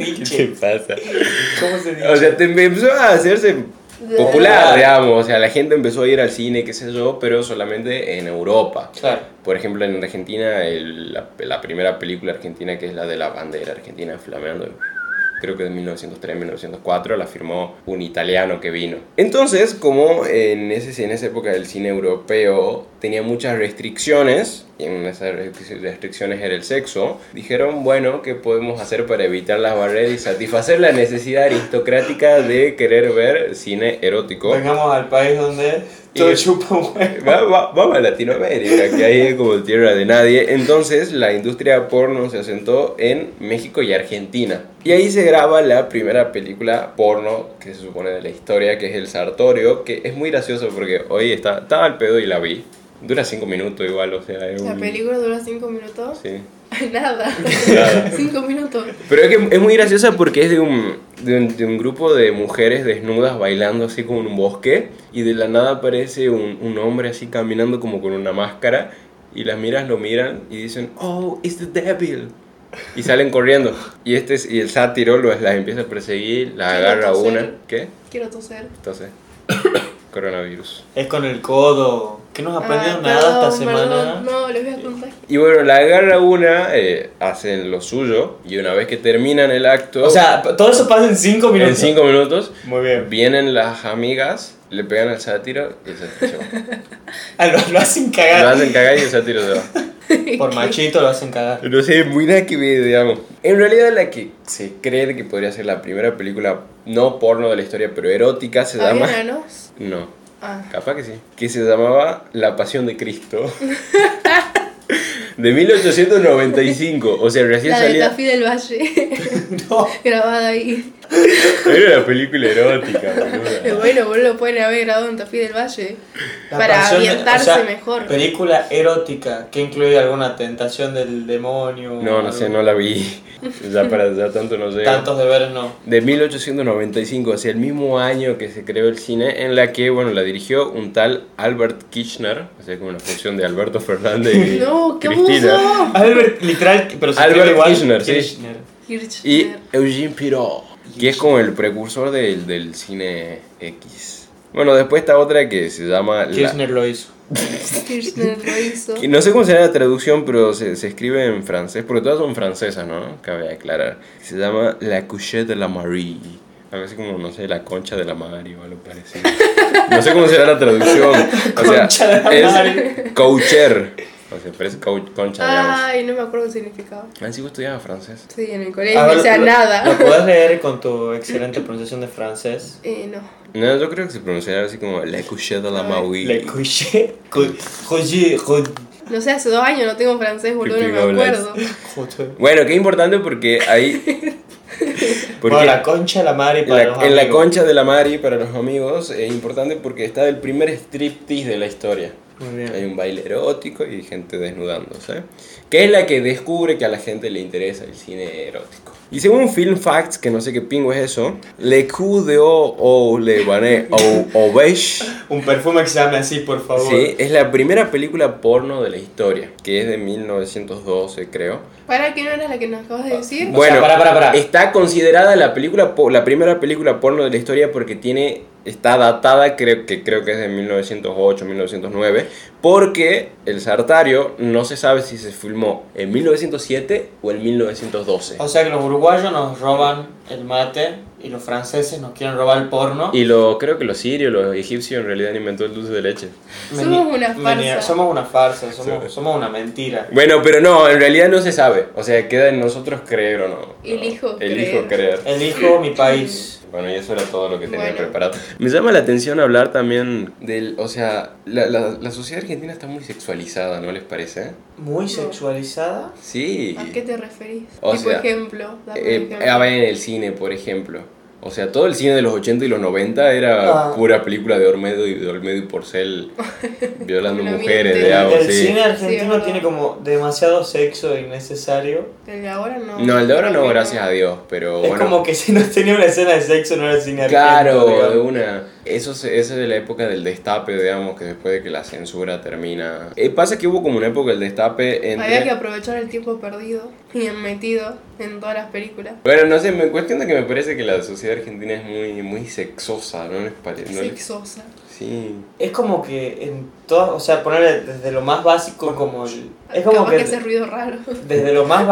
Speaker 3: dice?
Speaker 2: pasa?
Speaker 3: ¿Cómo se dice?
Speaker 2: O sea, te empezó a hacerse popular, digamos. O sea, la gente empezó a ir al cine, qué sé yo, pero solamente en Europa.
Speaker 3: Claro.
Speaker 2: Por ejemplo, en Argentina, el- la, la primera película argentina, que es la de la bandera argentina flameando, creo que de 1903, 1904, la firmó un italiano que vino. Entonces, como en, ese, en esa época el cine europeo tenía muchas restricciones, y en esas restric- restricciones era el sexo, dijeron, bueno, ¿qué podemos hacer para evitar las barreras y satisfacer la necesidad aristocrática de querer ver cine erótico?
Speaker 3: Vengamos al país donde todo
Speaker 2: Y-
Speaker 3: chupa un huevo.
Speaker 2: Va- va- Vamos a Latinoamérica, que ahí es como tierra de nadie. Entonces la industria porno se asentó en México y Argentina. Y ahí se graba la primera película porno que se supone de la historia, que es El Sartorio, que es muy gracioso porque hoy está, estaba al pedo y la vi. Dura 5 minutos igual, o sea, es
Speaker 1: La
Speaker 2: un-
Speaker 1: película dura 5 minutos.
Speaker 2: Sí.
Speaker 1: Nada.
Speaker 2: Nada.
Speaker 1: 5 minutos.
Speaker 2: Pero es que es muy graciosa porque es de un, de, un, de un grupo de mujeres desnudas bailando así como en un bosque y de la nada aparece un, un hombre así caminando como con una máscara y las miras lo miran y dicen, oh, it's the devil. Y salen corriendo. Y este es- y el sátiro lo- las empieza a perseguir, la
Speaker 1: Qué
Speaker 2: agarra
Speaker 1: loco,
Speaker 2: una.
Speaker 1: sí.
Speaker 2: ¿Qué?
Speaker 1: Quiero toser.
Speaker 2: Entonces, coronavirus.
Speaker 3: Es con el codo. Que nos aprendieron
Speaker 1: Ah,
Speaker 3: nada esta
Speaker 1: perdón,
Speaker 3: semana.
Speaker 1: perdón. No, les voy a contar.
Speaker 2: Y bueno, la agarra una, eh, hacen lo suyo y una vez que terminan el acto,
Speaker 3: O sea, todo eso pasa en 5 minutos.
Speaker 2: en cinco minutos,
Speaker 3: Muy bien.
Speaker 2: Vienen las amigas, le pegan al sátiro y se se va.
Speaker 3: Ah, lo, lo hacen
Speaker 2: Lo
Speaker 3: cagar.
Speaker 2: hacen cagar y el sátiro se va.
Speaker 3: Por machito lo hacen cagar.
Speaker 2: No sé, muy nada que ver, digamos. En realidad la que se cree que podría ser la primera película no porno de la historia, pero erótica, se
Speaker 1: ¿Había
Speaker 2: llama...
Speaker 1: enanos?
Speaker 2: No,
Speaker 1: Ah.
Speaker 2: capaz que sí. Que se llamaba La Pasión de Cristo. De 1895, o sea, recién
Speaker 1: La de
Speaker 2: salía...
Speaker 1: Tafí del Valle.
Speaker 3: No.
Speaker 1: grabada ahí.
Speaker 2: Era una película erótica,
Speaker 1: Eh,
Speaker 2: boluda.
Speaker 1: Bueno, vos lo pueden haber grabado en Tafí del Valle. Para
Speaker 3: pasión-
Speaker 1: ambientarse
Speaker 3: o sea,
Speaker 1: mejor.
Speaker 3: Película erótica que incluye alguna tentación del demonio.
Speaker 2: No, no sé, no la vi. Ya para ya tanto no sé.
Speaker 3: Tantos deberes no.
Speaker 2: de 1895, hacia el mismo año que se creó el cine, en la que bueno la dirigió un tal Albert Kirchner, o sea, como una función de Alberto Fernández y
Speaker 1: No, qué
Speaker 2: Cristina,
Speaker 1: abuso.
Speaker 3: Albert, literal, pero se
Speaker 2: Albert
Speaker 3: escribe igual.
Speaker 2: Kirchner, sí.
Speaker 3: Kirchner.
Speaker 2: y
Speaker 1: Kirchner.
Speaker 2: Eugene Pirot, que es como el precursor del, del cine X. Bueno, después está otra que se llama... la-
Speaker 3: Kirchner lo hizo.
Speaker 1: Kirchner lo hizo.
Speaker 2: y no sé cómo será la traducción, pero se, se escribe en francés, porque todas son francesas, ¿no? Cabe aclarar. Se llama La Couchette de la Marie. Algo así como, no sé, la concha de la Marie o algo parecido. No sé cómo será la traducción. O sea,
Speaker 3: Concha de la Marie.
Speaker 2: es coucher. O sea, parece cau- concha, digamos.
Speaker 1: Ay, no me acuerdo el significado.
Speaker 2: Ah, sí, vos estudiabas francés.
Speaker 1: Sí, en el
Speaker 3: A
Speaker 1: colegio,
Speaker 3: ver,
Speaker 1: o sea,
Speaker 3: lo-
Speaker 1: nada.
Speaker 3: ¿Lo puedes leer con tu excelente pronunciación de francés?
Speaker 1: Eh, no.
Speaker 2: No, yo creo que se pronunciará así como La Couchette de la
Speaker 1: Ay,
Speaker 2: Marie.
Speaker 3: Le couché. Joder,
Speaker 1: No sé, hace dos años no tengo francés, boludo, no me
Speaker 2: pico hablas?
Speaker 1: acuerdo.
Speaker 3: joder.
Speaker 2: Bueno, qué importante porque ahí... Porque
Speaker 3: Bueno, la concha de la madre para
Speaker 2: La-
Speaker 3: los
Speaker 2: en la
Speaker 3: amigos.
Speaker 2: eh, concha de la Mari para los amigos es importante porque está el primer striptease de la historia.
Speaker 3: Muy bien.
Speaker 2: Hay un baile erótico y gente desnudándose. Que es la que descubre que a la gente le interesa el cine erótico. Y según Film Facts, que no sé qué pingo es eso, Le Coup de O o Le Bané o Obesh.
Speaker 3: Un perfume que se llame así, por favor.
Speaker 2: Sí, es la primera película porno de la historia, que es de 1912, creo.
Speaker 1: ¿Para qué no era la que nos acabas de decir?
Speaker 2: Ah,
Speaker 3: Bu- sea, pará, pará, pará.
Speaker 2: está considerada la película po- la primera película porno de la historia porque tiene está datada creo que creo que es de 1908 1909 porque el Sartario no se sabe si se filmó en 1907 o en 1912
Speaker 3: O sea que los uruguayos nos roban el mate y los franceses nos quieren robar el porno.
Speaker 2: y lo creo que los sirios los egipcios en realidad inventó el dulce de leche
Speaker 3: Me
Speaker 1: Somos
Speaker 3: ni-
Speaker 1: una
Speaker 3: me
Speaker 1: farsa.
Speaker 3: niego- somos una farsa, somos,
Speaker 2: Sí.
Speaker 3: somos una mentira.
Speaker 2: bueno pero no en realidad no se sabe o sea queda en nosotros creer o no
Speaker 1: Elijo
Speaker 2: elijo
Speaker 1: creer.
Speaker 2: creer
Speaker 3: Elijo mi país.
Speaker 2: Bueno, y eso era todo lo que tenía
Speaker 1: Bueno.
Speaker 2: preparado. Me llama la atención hablar también del. O sea, la, la- la sociedad argentina está muy sexualizada, ¿no les parece?
Speaker 3: Muy sexualizada.
Speaker 2: Sí.
Speaker 1: ¿A qué te referís?
Speaker 2: O
Speaker 1: tipo
Speaker 2: sea,
Speaker 1: ejemplo. dame un
Speaker 2: Eh,
Speaker 1: ejemplo.
Speaker 2: a ver, en el cine, por ejemplo. O sea, todo el cine de los 80 y los 90 era
Speaker 3: Ah.
Speaker 2: pura película de Olmedo y de Olmedo y Porcel violando
Speaker 1: Una
Speaker 2: mujeres,
Speaker 1: mente.
Speaker 2: digamos,
Speaker 3: el
Speaker 2: sí.
Speaker 3: cine
Speaker 1: Sí, es
Speaker 3: argentino
Speaker 1: verdad.
Speaker 3: tiene como demasiado sexo innecesario.
Speaker 1: El de ahora no.
Speaker 2: No, el de ahora no, gracias a Dios, pero
Speaker 3: es
Speaker 2: bueno.
Speaker 3: como que si no tenía una escena de sexo no era cine argentino.
Speaker 2: Claro,
Speaker 3: digamos.
Speaker 2: de una. Eso es, esa es de la época del destape, digamos, que después de que la censura termina. Eh, pasa que hubo como una época del destape entre...
Speaker 1: Había que aprovechar el tiempo perdido y metido en todas las películas.
Speaker 2: Bueno, no sé, me cuestión de que me parece que la sociedad argentina es muy, muy sexosa, ¿no les parece? No les-
Speaker 1: Sexosa.
Speaker 2: Sí.
Speaker 3: Es como que en todas, o sea, poner desde lo más básico como el- es como
Speaker 1: Capaz
Speaker 3: que,
Speaker 1: que ese ruido raro.
Speaker 3: desde lo más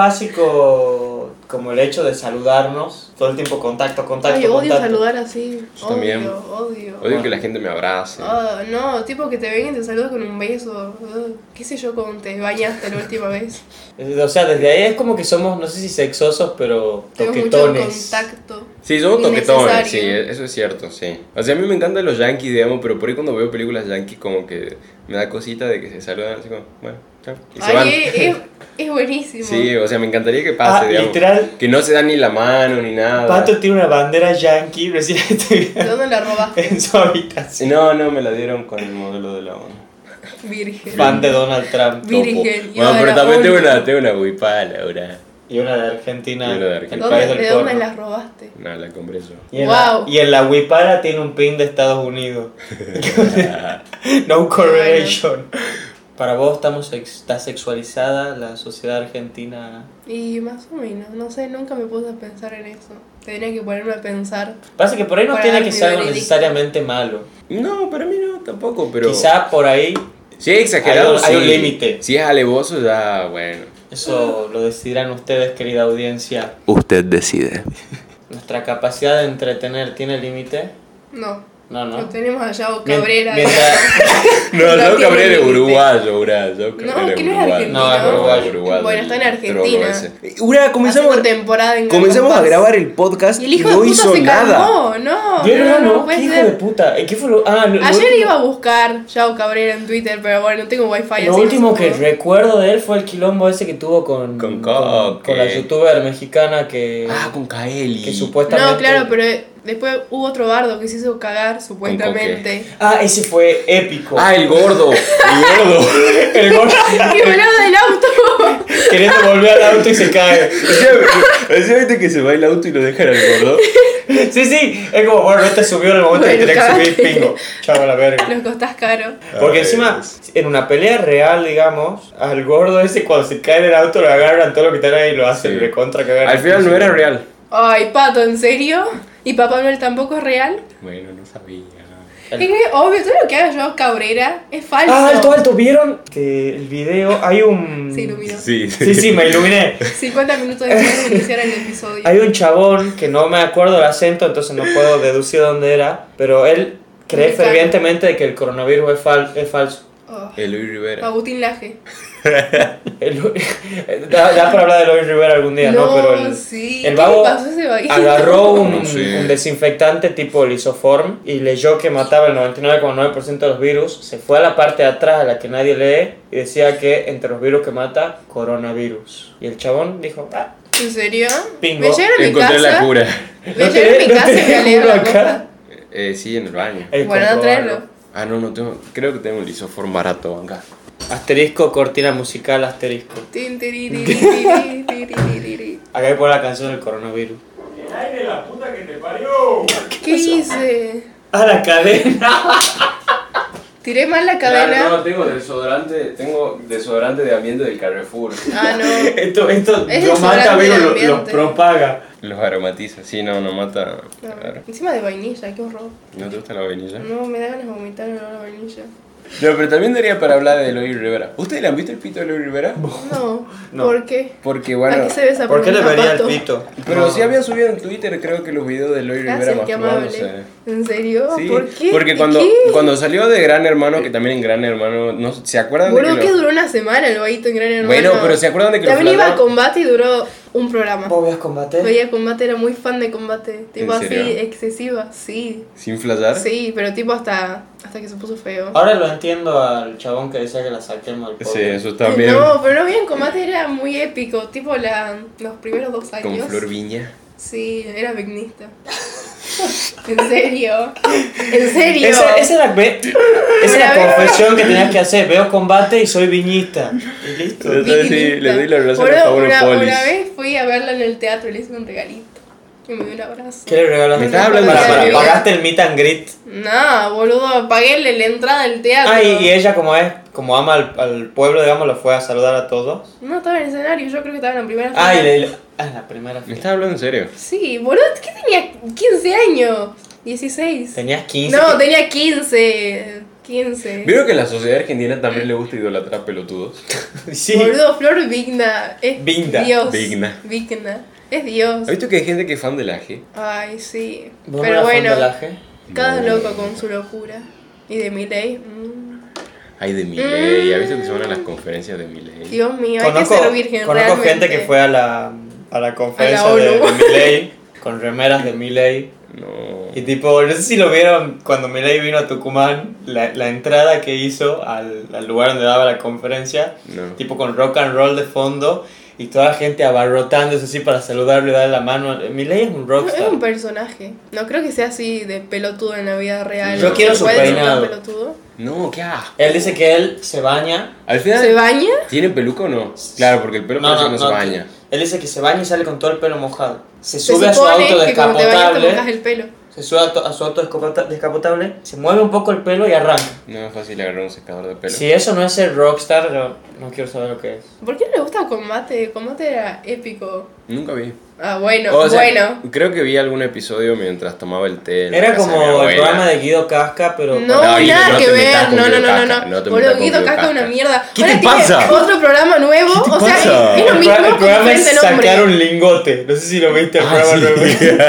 Speaker 3: básico como el hecho de saludarnos, todo el tiempo contacto, contacto,
Speaker 1: Ay, odio
Speaker 3: contacto.
Speaker 1: saludar así.
Speaker 2: Yo
Speaker 1: odio,
Speaker 2: también.
Speaker 1: odio.
Speaker 2: Odio que la gente me abrace.
Speaker 1: Ah, no, tipo que te ven y te saludan con un beso. Ah, ¿Qué sé yo con te bañaste la última vez?
Speaker 3: Eh, O sea, desde ahí es como que somos, no sé si sexosos, pero
Speaker 1: Tengo mucho
Speaker 3: toquetones.
Speaker 1: contacto.
Speaker 2: Sí, somos toquetones, sí, e-,
Speaker 1: Innecesario.
Speaker 2: eso es cierto, sí. O sea, a mí me encantan los yankees, digamos, pero por ahí cuando veo películas yankees como que me da cosita de que se saludan así como, bueno, chao, y se
Speaker 1: Ay,
Speaker 2: van.
Speaker 1: es, es, es buenísimo.
Speaker 2: Sí, o sea, me encantaría que
Speaker 3: Ah,
Speaker 2: pase, digamos.
Speaker 3: literal,
Speaker 2: Que no se dan ni la mano ni nada.
Speaker 3: Pato tiene una bandera yankee recién estoy
Speaker 1: ¿De dónde la robaste?
Speaker 3: en su habitación.
Speaker 2: No, no, me la dieron con el modelo de la ONU.
Speaker 1: Virgen.
Speaker 3: Fan de Donald Trump.
Speaker 1: Virgen, yo
Speaker 2: Bueno,
Speaker 1: de
Speaker 2: pero
Speaker 1: la
Speaker 2: también tengo
Speaker 1: ONU.
Speaker 2: una, tengo una huipala ahora.
Speaker 3: Y una de Argentina,
Speaker 2: Y una de
Speaker 3: el
Speaker 2: Argentina.
Speaker 1: ¿Dónde-
Speaker 3: país del
Speaker 1: ¿De dónde
Speaker 3: porno.
Speaker 1: las robaste?
Speaker 2: No, la compré yo.
Speaker 3: Y en, la,
Speaker 1: Wow.
Speaker 3: y en la Wipara tiene un pin de Estados Unidos. no correlation. Para vos estamos sex- está sexualizada la sociedad argentina.
Speaker 1: Y más o menos, no sé, nunca me puse a pensar en eso. Tendría que ponerme a pensar.
Speaker 3: Pasa que por ahí no
Speaker 1: Para
Speaker 3: tiene
Speaker 1: dar
Speaker 3: que
Speaker 1: mi
Speaker 3: ser algo
Speaker 1: veredicto.
Speaker 3: necesariamente malo.
Speaker 2: No, para mí no, tampoco, pero...
Speaker 3: Quizá por ahí
Speaker 2: Si es exagerado,
Speaker 3: Hay un- hay un
Speaker 2: sí.
Speaker 3: límite.
Speaker 2: Si es alevoso, ya, bueno.
Speaker 3: eso lo decidirán ustedes, querida audiencia.
Speaker 2: Usted decide.
Speaker 3: Nuestra capacidad de entretener tiene límite.
Speaker 1: No,
Speaker 3: No, no.
Speaker 1: lo tenemos allá o
Speaker 3: Mien-
Speaker 1: Cabrera.
Speaker 3: mientras-
Speaker 2: No, yo
Speaker 1: No tiene
Speaker 2: Cabrera es
Speaker 1: límite.
Speaker 2: uruguayo, Ura. Yo
Speaker 1: No,
Speaker 2: Cabrera
Speaker 1: que
Speaker 2: es
Speaker 1: no es
Speaker 2: uruguayo.
Speaker 1: argentino.
Speaker 3: No, es uruguayo.
Speaker 1: Bueno, está en
Speaker 2: trolo
Speaker 1: Argentina.
Speaker 2: ese. Eh, Ura,
Speaker 1: Comenzamos
Speaker 2: comenzamos,
Speaker 1: temporada en
Speaker 2: comenzamos a
Speaker 1: Carlos Paz.
Speaker 2: grabar el podcast
Speaker 1: Y
Speaker 2: y,
Speaker 1: el
Speaker 2: no
Speaker 1: hijo de puta
Speaker 2: hizo
Speaker 1: se
Speaker 2: nada.
Speaker 1: calmó, no.
Speaker 3: Yo no, no,
Speaker 1: puede
Speaker 3: qué hijo
Speaker 1: ser.
Speaker 3: de puta. Eh, ¿Qué fue lo.? Ah, lo- lo
Speaker 1: Ayer
Speaker 3: último-
Speaker 1: iba a buscar Yao Cabrera en Twitter, pero bueno, no tengo wifi así.
Speaker 3: Lo
Speaker 1: no
Speaker 3: último
Speaker 1: se
Speaker 3: que
Speaker 1: pudo.
Speaker 3: recuerdo de él fue el quilombo ese que tuvo con
Speaker 2: Con
Speaker 3: con,
Speaker 2: Coque.
Speaker 3: con la youtuber mexicana que,
Speaker 2: Ah, con Kaeli.
Speaker 3: que supuestamente
Speaker 1: No, claro, pero después hubo otro bardo que se hizo cagar, supuestamente.
Speaker 3: Ah, ese fue épico.
Speaker 2: Ah, el gordo. El gordo.
Speaker 3: El gordo
Speaker 1: ¡Que volaba del auto!
Speaker 3: queriendo volver al auto y se cae.
Speaker 2: Así viste que se va el auto y lo dejan al gordo.
Speaker 3: Sí, sí, es como, bueno, no te subió en el momento
Speaker 1: Bueno,
Speaker 3: que tenés que subir,
Speaker 1: cagate.
Speaker 3: pingo. Chavo a la verga.
Speaker 1: Nos costás caro.
Speaker 3: Porque
Speaker 2: Ah,
Speaker 3: encima,
Speaker 2: pues.
Speaker 3: en una pelea real, digamos, al gordo ese cuando se cae del auto lo agarran todo lo que tenga y lo hacen
Speaker 2: Sí.
Speaker 3: recontra cagar.
Speaker 2: Al final no era real.
Speaker 1: Ay, Pato, ¿en serio? ¿Y Papá Noel tampoco es real?
Speaker 2: Bueno, no sabía.
Speaker 1: Es que, obvio, todo lo que haga Yao Cabrera es falso.
Speaker 3: Ah, alto, alto, ¿vieron? Que el video, hay un...
Speaker 1: Se iluminó.
Speaker 2: Sí,
Speaker 3: Sí, sí, me iluminé.
Speaker 1: 50 minutos después de iniciar el episodio.
Speaker 3: Hay un chabón que no me acuerdo el acento, entonces no puedo deducir dónde era, pero él cree
Speaker 1: Mexicano.
Speaker 3: fervientemente de que el coronavirus es, fal- es falso.
Speaker 1: Oh,
Speaker 2: El Luis Rivera.
Speaker 1: Agustín Laje.
Speaker 3: El- da, da para hablar de Luis Rivera algún día, ¿no? Pero el,
Speaker 1: sí.
Speaker 3: el
Speaker 1: ¿Qué
Speaker 3: vago
Speaker 1: le pasó a ese vaguito?
Speaker 3: agarró un,
Speaker 2: No sé.
Speaker 3: un desinfectante tipo lisoform y leyó que mataba el 99,9% de los virus, se fue a la parte de atrás a la que nadie lee y decía que entre los virus que mata, coronavirus. Y el chabón dijo, ah,
Speaker 1: ¿En serio?
Speaker 3: Pingo.
Speaker 1: Me llegaron a mi
Speaker 2: Encontré
Speaker 1: casa.
Speaker 2: la cura.
Speaker 1: Me llegaron a mi
Speaker 3: no
Speaker 1: casa y me
Speaker 3: tenés
Speaker 1: leían
Speaker 3: uno
Speaker 1: la
Speaker 3: acá.
Speaker 1: boca.
Speaker 2: Eh, sí, en el baño.
Speaker 3: Eh,
Speaker 1: Bueno,
Speaker 3: comprobarlo.
Speaker 1: tráelo.
Speaker 2: Ah, no, no tengo. Creo que tengo un lisoform barato acá.
Speaker 3: Asterisco, cortina musical, asterisco.
Speaker 1: Tin, tiri, tiri, tiri, tiri, tiri, tiri.
Speaker 3: Acá hay por la canción del coronavirus.
Speaker 4: El aire la puta que te parió.
Speaker 1: ¿Qué hice?
Speaker 3: ¡A la cadena!
Speaker 1: Tiré mal la
Speaker 2: Claro, no,
Speaker 1: cadena.
Speaker 2: tengo desodorante, tengo desodorante de ambiente del Carrefour.
Speaker 1: Ah, no.
Speaker 3: Esto, esto,
Speaker 1: Es
Speaker 3: lo
Speaker 1: el
Speaker 3: mata,
Speaker 1: sobrante
Speaker 3: pero
Speaker 1: del
Speaker 3: lo,
Speaker 1: ambiente.
Speaker 3: lo propaga.
Speaker 2: Los aromatiza, sí, no, no mata. claro.
Speaker 1: No. Encima de vainilla, qué horror.
Speaker 2: ¿No te gusta la vainilla?
Speaker 1: No, me da ganas de vomitar el olor a vainilla.
Speaker 2: No, pero también daría para hablar de Eloy Rivera. ¿Ustedes le han visto el pito de Eloy Rivera?
Speaker 1: No,
Speaker 3: No.
Speaker 1: ¿por qué?
Speaker 2: Porque
Speaker 1: ¿A
Speaker 2: bueno.
Speaker 1: qué se besa
Speaker 3: ¿Por qué
Speaker 1: un
Speaker 3: le vería el
Speaker 1: zapato?
Speaker 3: pito?
Speaker 2: Pero
Speaker 3: No.
Speaker 2: sí había subido en Twitter, creo que los videos de Eloy Rivera
Speaker 1: Gracias, Ah, qué amable.
Speaker 2: masturbándose.
Speaker 1: ¿En serio?
Speaker 2: Sí,
Speaker 1: ¿Por qué?
Speaker 2: porque cuando,
Speaker 1: ¿Qué?
Speaker 2: cuando salió de Gran Hermano, que también en Gran Hermano, no, ¿se acuerdan de
Speaker 1: Boludo,
Speaker 2: que
Speaker 1: que
Speaker 2: lo-
Speaker 1: duró una semana el vaguito en Gran Hermano.
Speaker 2: Bueno, pero ¿se acuerdan de que lo
Speaker 1: También iba a
Speaker 2: flagraron?
Speaker 1: combate y duró un programa.
Speaker 3: ¿Vos veas combate?
Speaker 1: Veía combate, era muy fan de combate. Tipo así,
Speaker 2: serio?
Speaker 1: excesiva, sí.
Speaker 2: ¿Sin flasar?
Speaker 1: Sí, pero tipo hasta, hasta que se puso feo.
Speaker 2: Ah,
Speaker 3: Ahora lo entiendo al chabón que decía que la saquemos al podcast.
Speaker 2: Sí, eso también.
Speaker 1: No, pero no bien combate, era muy épico. Tipo la, los primeros dos
Speaker 2: Con
Speaker 1: años.
Speaker 2: Flor Viña.
Speaker 1: Sí, era vegnista. en serio. En serio.
Speaker 3: Esa, esa era, ve- esa era
Speaker 1: Mira,
Speaker 3: la
Speaker 1: veo-
Speaker 3: confesión que tenías que hacer. Veo combate y soy viñista. Y listo.
Speaker 2: Le doy- sí, le doy la razón a
Speaker 1: Boludo,
Speaker 2: Pablo
Speaker 1: una,
Speaker 2: Polis.
Speaker 1: una vez fui a verla en el teatro y le hice un regalito. Y me dio un abrazo.
Speaker 3: ¿Qué le regalaste?
Speaker 2: Me estás hablando
Speaker 3: Para-
Speaker 2: de
Speaker 3: para-
Speaker 2: Flor Viña.
Speaker 3: pagaste el meet and greet.
Speaker 1: No, boludo, pagué la- la entrada del teatro.
Speaker 3: Ah, y, y ella como es, como ama al, al pueblo, digamos, lo fue a saludar a todos.
Speaker 1: No estaba en el escenario, yo creo que estaba en la primera
Speaker 3: Ah, y
Speaker 1: fila.
Speaker 3: le, le- ah, en la primera
Speaker 2: ¿Me
Speaker 3: fila.
Speaker 2: estás hablando en serio?
Speaker 1: Sí, boludo, ¿qué tenía? 15 años. 16.
Speaker 3: Tenías 15.
Speaker 1: No, tenía 15. 15.
Speaker 2: Vieron que a la sociedad argentina también le gusta idolatrar pelotudos.
Speaker 3: sí.
Speaker 1: Boludo, Flor Vigna. Es
Speaker 3: Vigna.
Speaker 1: Dios.
Speaker 2: Vigna.
Speaker 1: Vigna. Es Dios.
Speaker 2: ¿Has visto que hay gente que es fan del aje?
Speaker 1: Ay, sí.
Speaker 3: ¿Vos
Speaker 1: Pero
Speaker 3: eras fan
Speaker 1: bueno,
Speaker 3: del Aje?
Speaker 1: cada
Speaker 2: No.
Speaker 1: loco con su locura. Y de mi ley. mm.
Speaker 2: Ay, de Miley.
Speaker 1: Mm.
Speaker 2: ¿Has visto que se van a las conferencias de Miley?
Speaker 1: Dios mío, hay
Speaker 3: Conozco,
Speaker 1: que ser virgen
Speaker 3: conozco
Speaker 1: realmente.
Speaker 3: gente que fue a la, a la conferencia
Speaker 1: A la
Speaker 3: de,
Speaker 1: ONU.
Speaker 3: de Milei, con remeras de Milei.
Speaker 2: No.
Speaker 3: Y tipo, no sé si lo vieron cuando Milei vino a Tucumán, la, la entrada que hizo al, al lugar donde daba la conferencia,
Speaker 2: No.
Speaker 3: tipo con rock and roll de fondo y toda la gente abarrotándose así para saludarle, darle la mano. Milei es un
Speaker 1: Es
Speaker 3: rockstar.
Speaker 1: un personaje. No creo que sea así de pelotudo en la vida real.
Speaker 2: Yo quiero su
Speaker 1: ¿Puede ser tan
Speaker 3: peinado.
Speaker 1: pelotudo?
Speaker 2: No, qué asco.
Speaker 3: Él dice que él se baña.
Speaker 2: Al
Speaker 1: ¿Se
Speaker 2: final,
Speaker 1: baña?
Speaker 2: ¿tiene peluca o no? Claro, porque el pelo parece que no, se baña.
Speaker 3: Él dice que se baña y sale con todo el pelo mojado. Se
Speaker 1: Se
Speaker 3: sube a su
Speaker 1: supone
Speaker 3: auto
Speaker 1: que cuando te bañas te mojas
Speaker 3: descapotable.
Speaker 1: el pelo.
Speaker 3: Se sube a, to- a su auto descapota- descapotable, se mueve un poco el pelo y arranca.
Speaker 2: No es fácil agarrar un secador de pelo.
Speaker 3: Si eso no es el rockstar, yo no quiero saber lo que es.
Speaker 1: ¿Por qué no le gusta combate? Combate era épico.
Speaker 2: Nunca vi.
Speaker 1: Ah, bueno,
Speaker 2: O sea,
Speaker 1: bueno.
Speaker 2: Creo que vi algún episodio mientras tomaba el té. en la
Speaker 3: Era
Speaker 2: casa de mi
Speaker 3: como el
Speaker 2: abuela.
Speaker 3: programa de Guido Casca,
Speaker 1: No,
Speaker 3: pero...
Speaker 2: No, Guido,
Speaker 1: nada
Speaker 2: no
Speaker 1: que
Speaker 2: te metas
Speaker 1: ver.
Speaker 2: con
Speaker 1: No, no,
Speaker 2: Guido
Speaker 1: no, no,
Speaker 2: Caca,
Speaker 1: no.
Speaker 2: no te
Speaker 1: Boludo,
Speaker 2: metas con
Speaker 1: Guido
Speaker 2: Guido
Speaker 1: Caca es
Speaker 2: Caca.
Speaker 1: una mierda.
Speaker 2: ¿Qué
Speaker 1: Ahora
Speaker 2: te
Speaker 1: tiene
Speaker 2: pasa?
Speaker 1: Otro programa nuevo.
Speaker 2: ¿Qué te
Speaker 1: O sea, es-
Speaker 2: pasa?
Speaker 1: es lo
Speaker 3: El
Speaker 1: mismo.
Speaker 3: programa, el
Speaker 1: con
Speaker 3: programa es
Speaker 1: diferente nombre.
Speaker 3: sacar un lingote. No sé si lo viste el
Speaker 2: Ah,
Speaker 3: programa.
Speaker 2: sí.
Speaker 3: lo vi.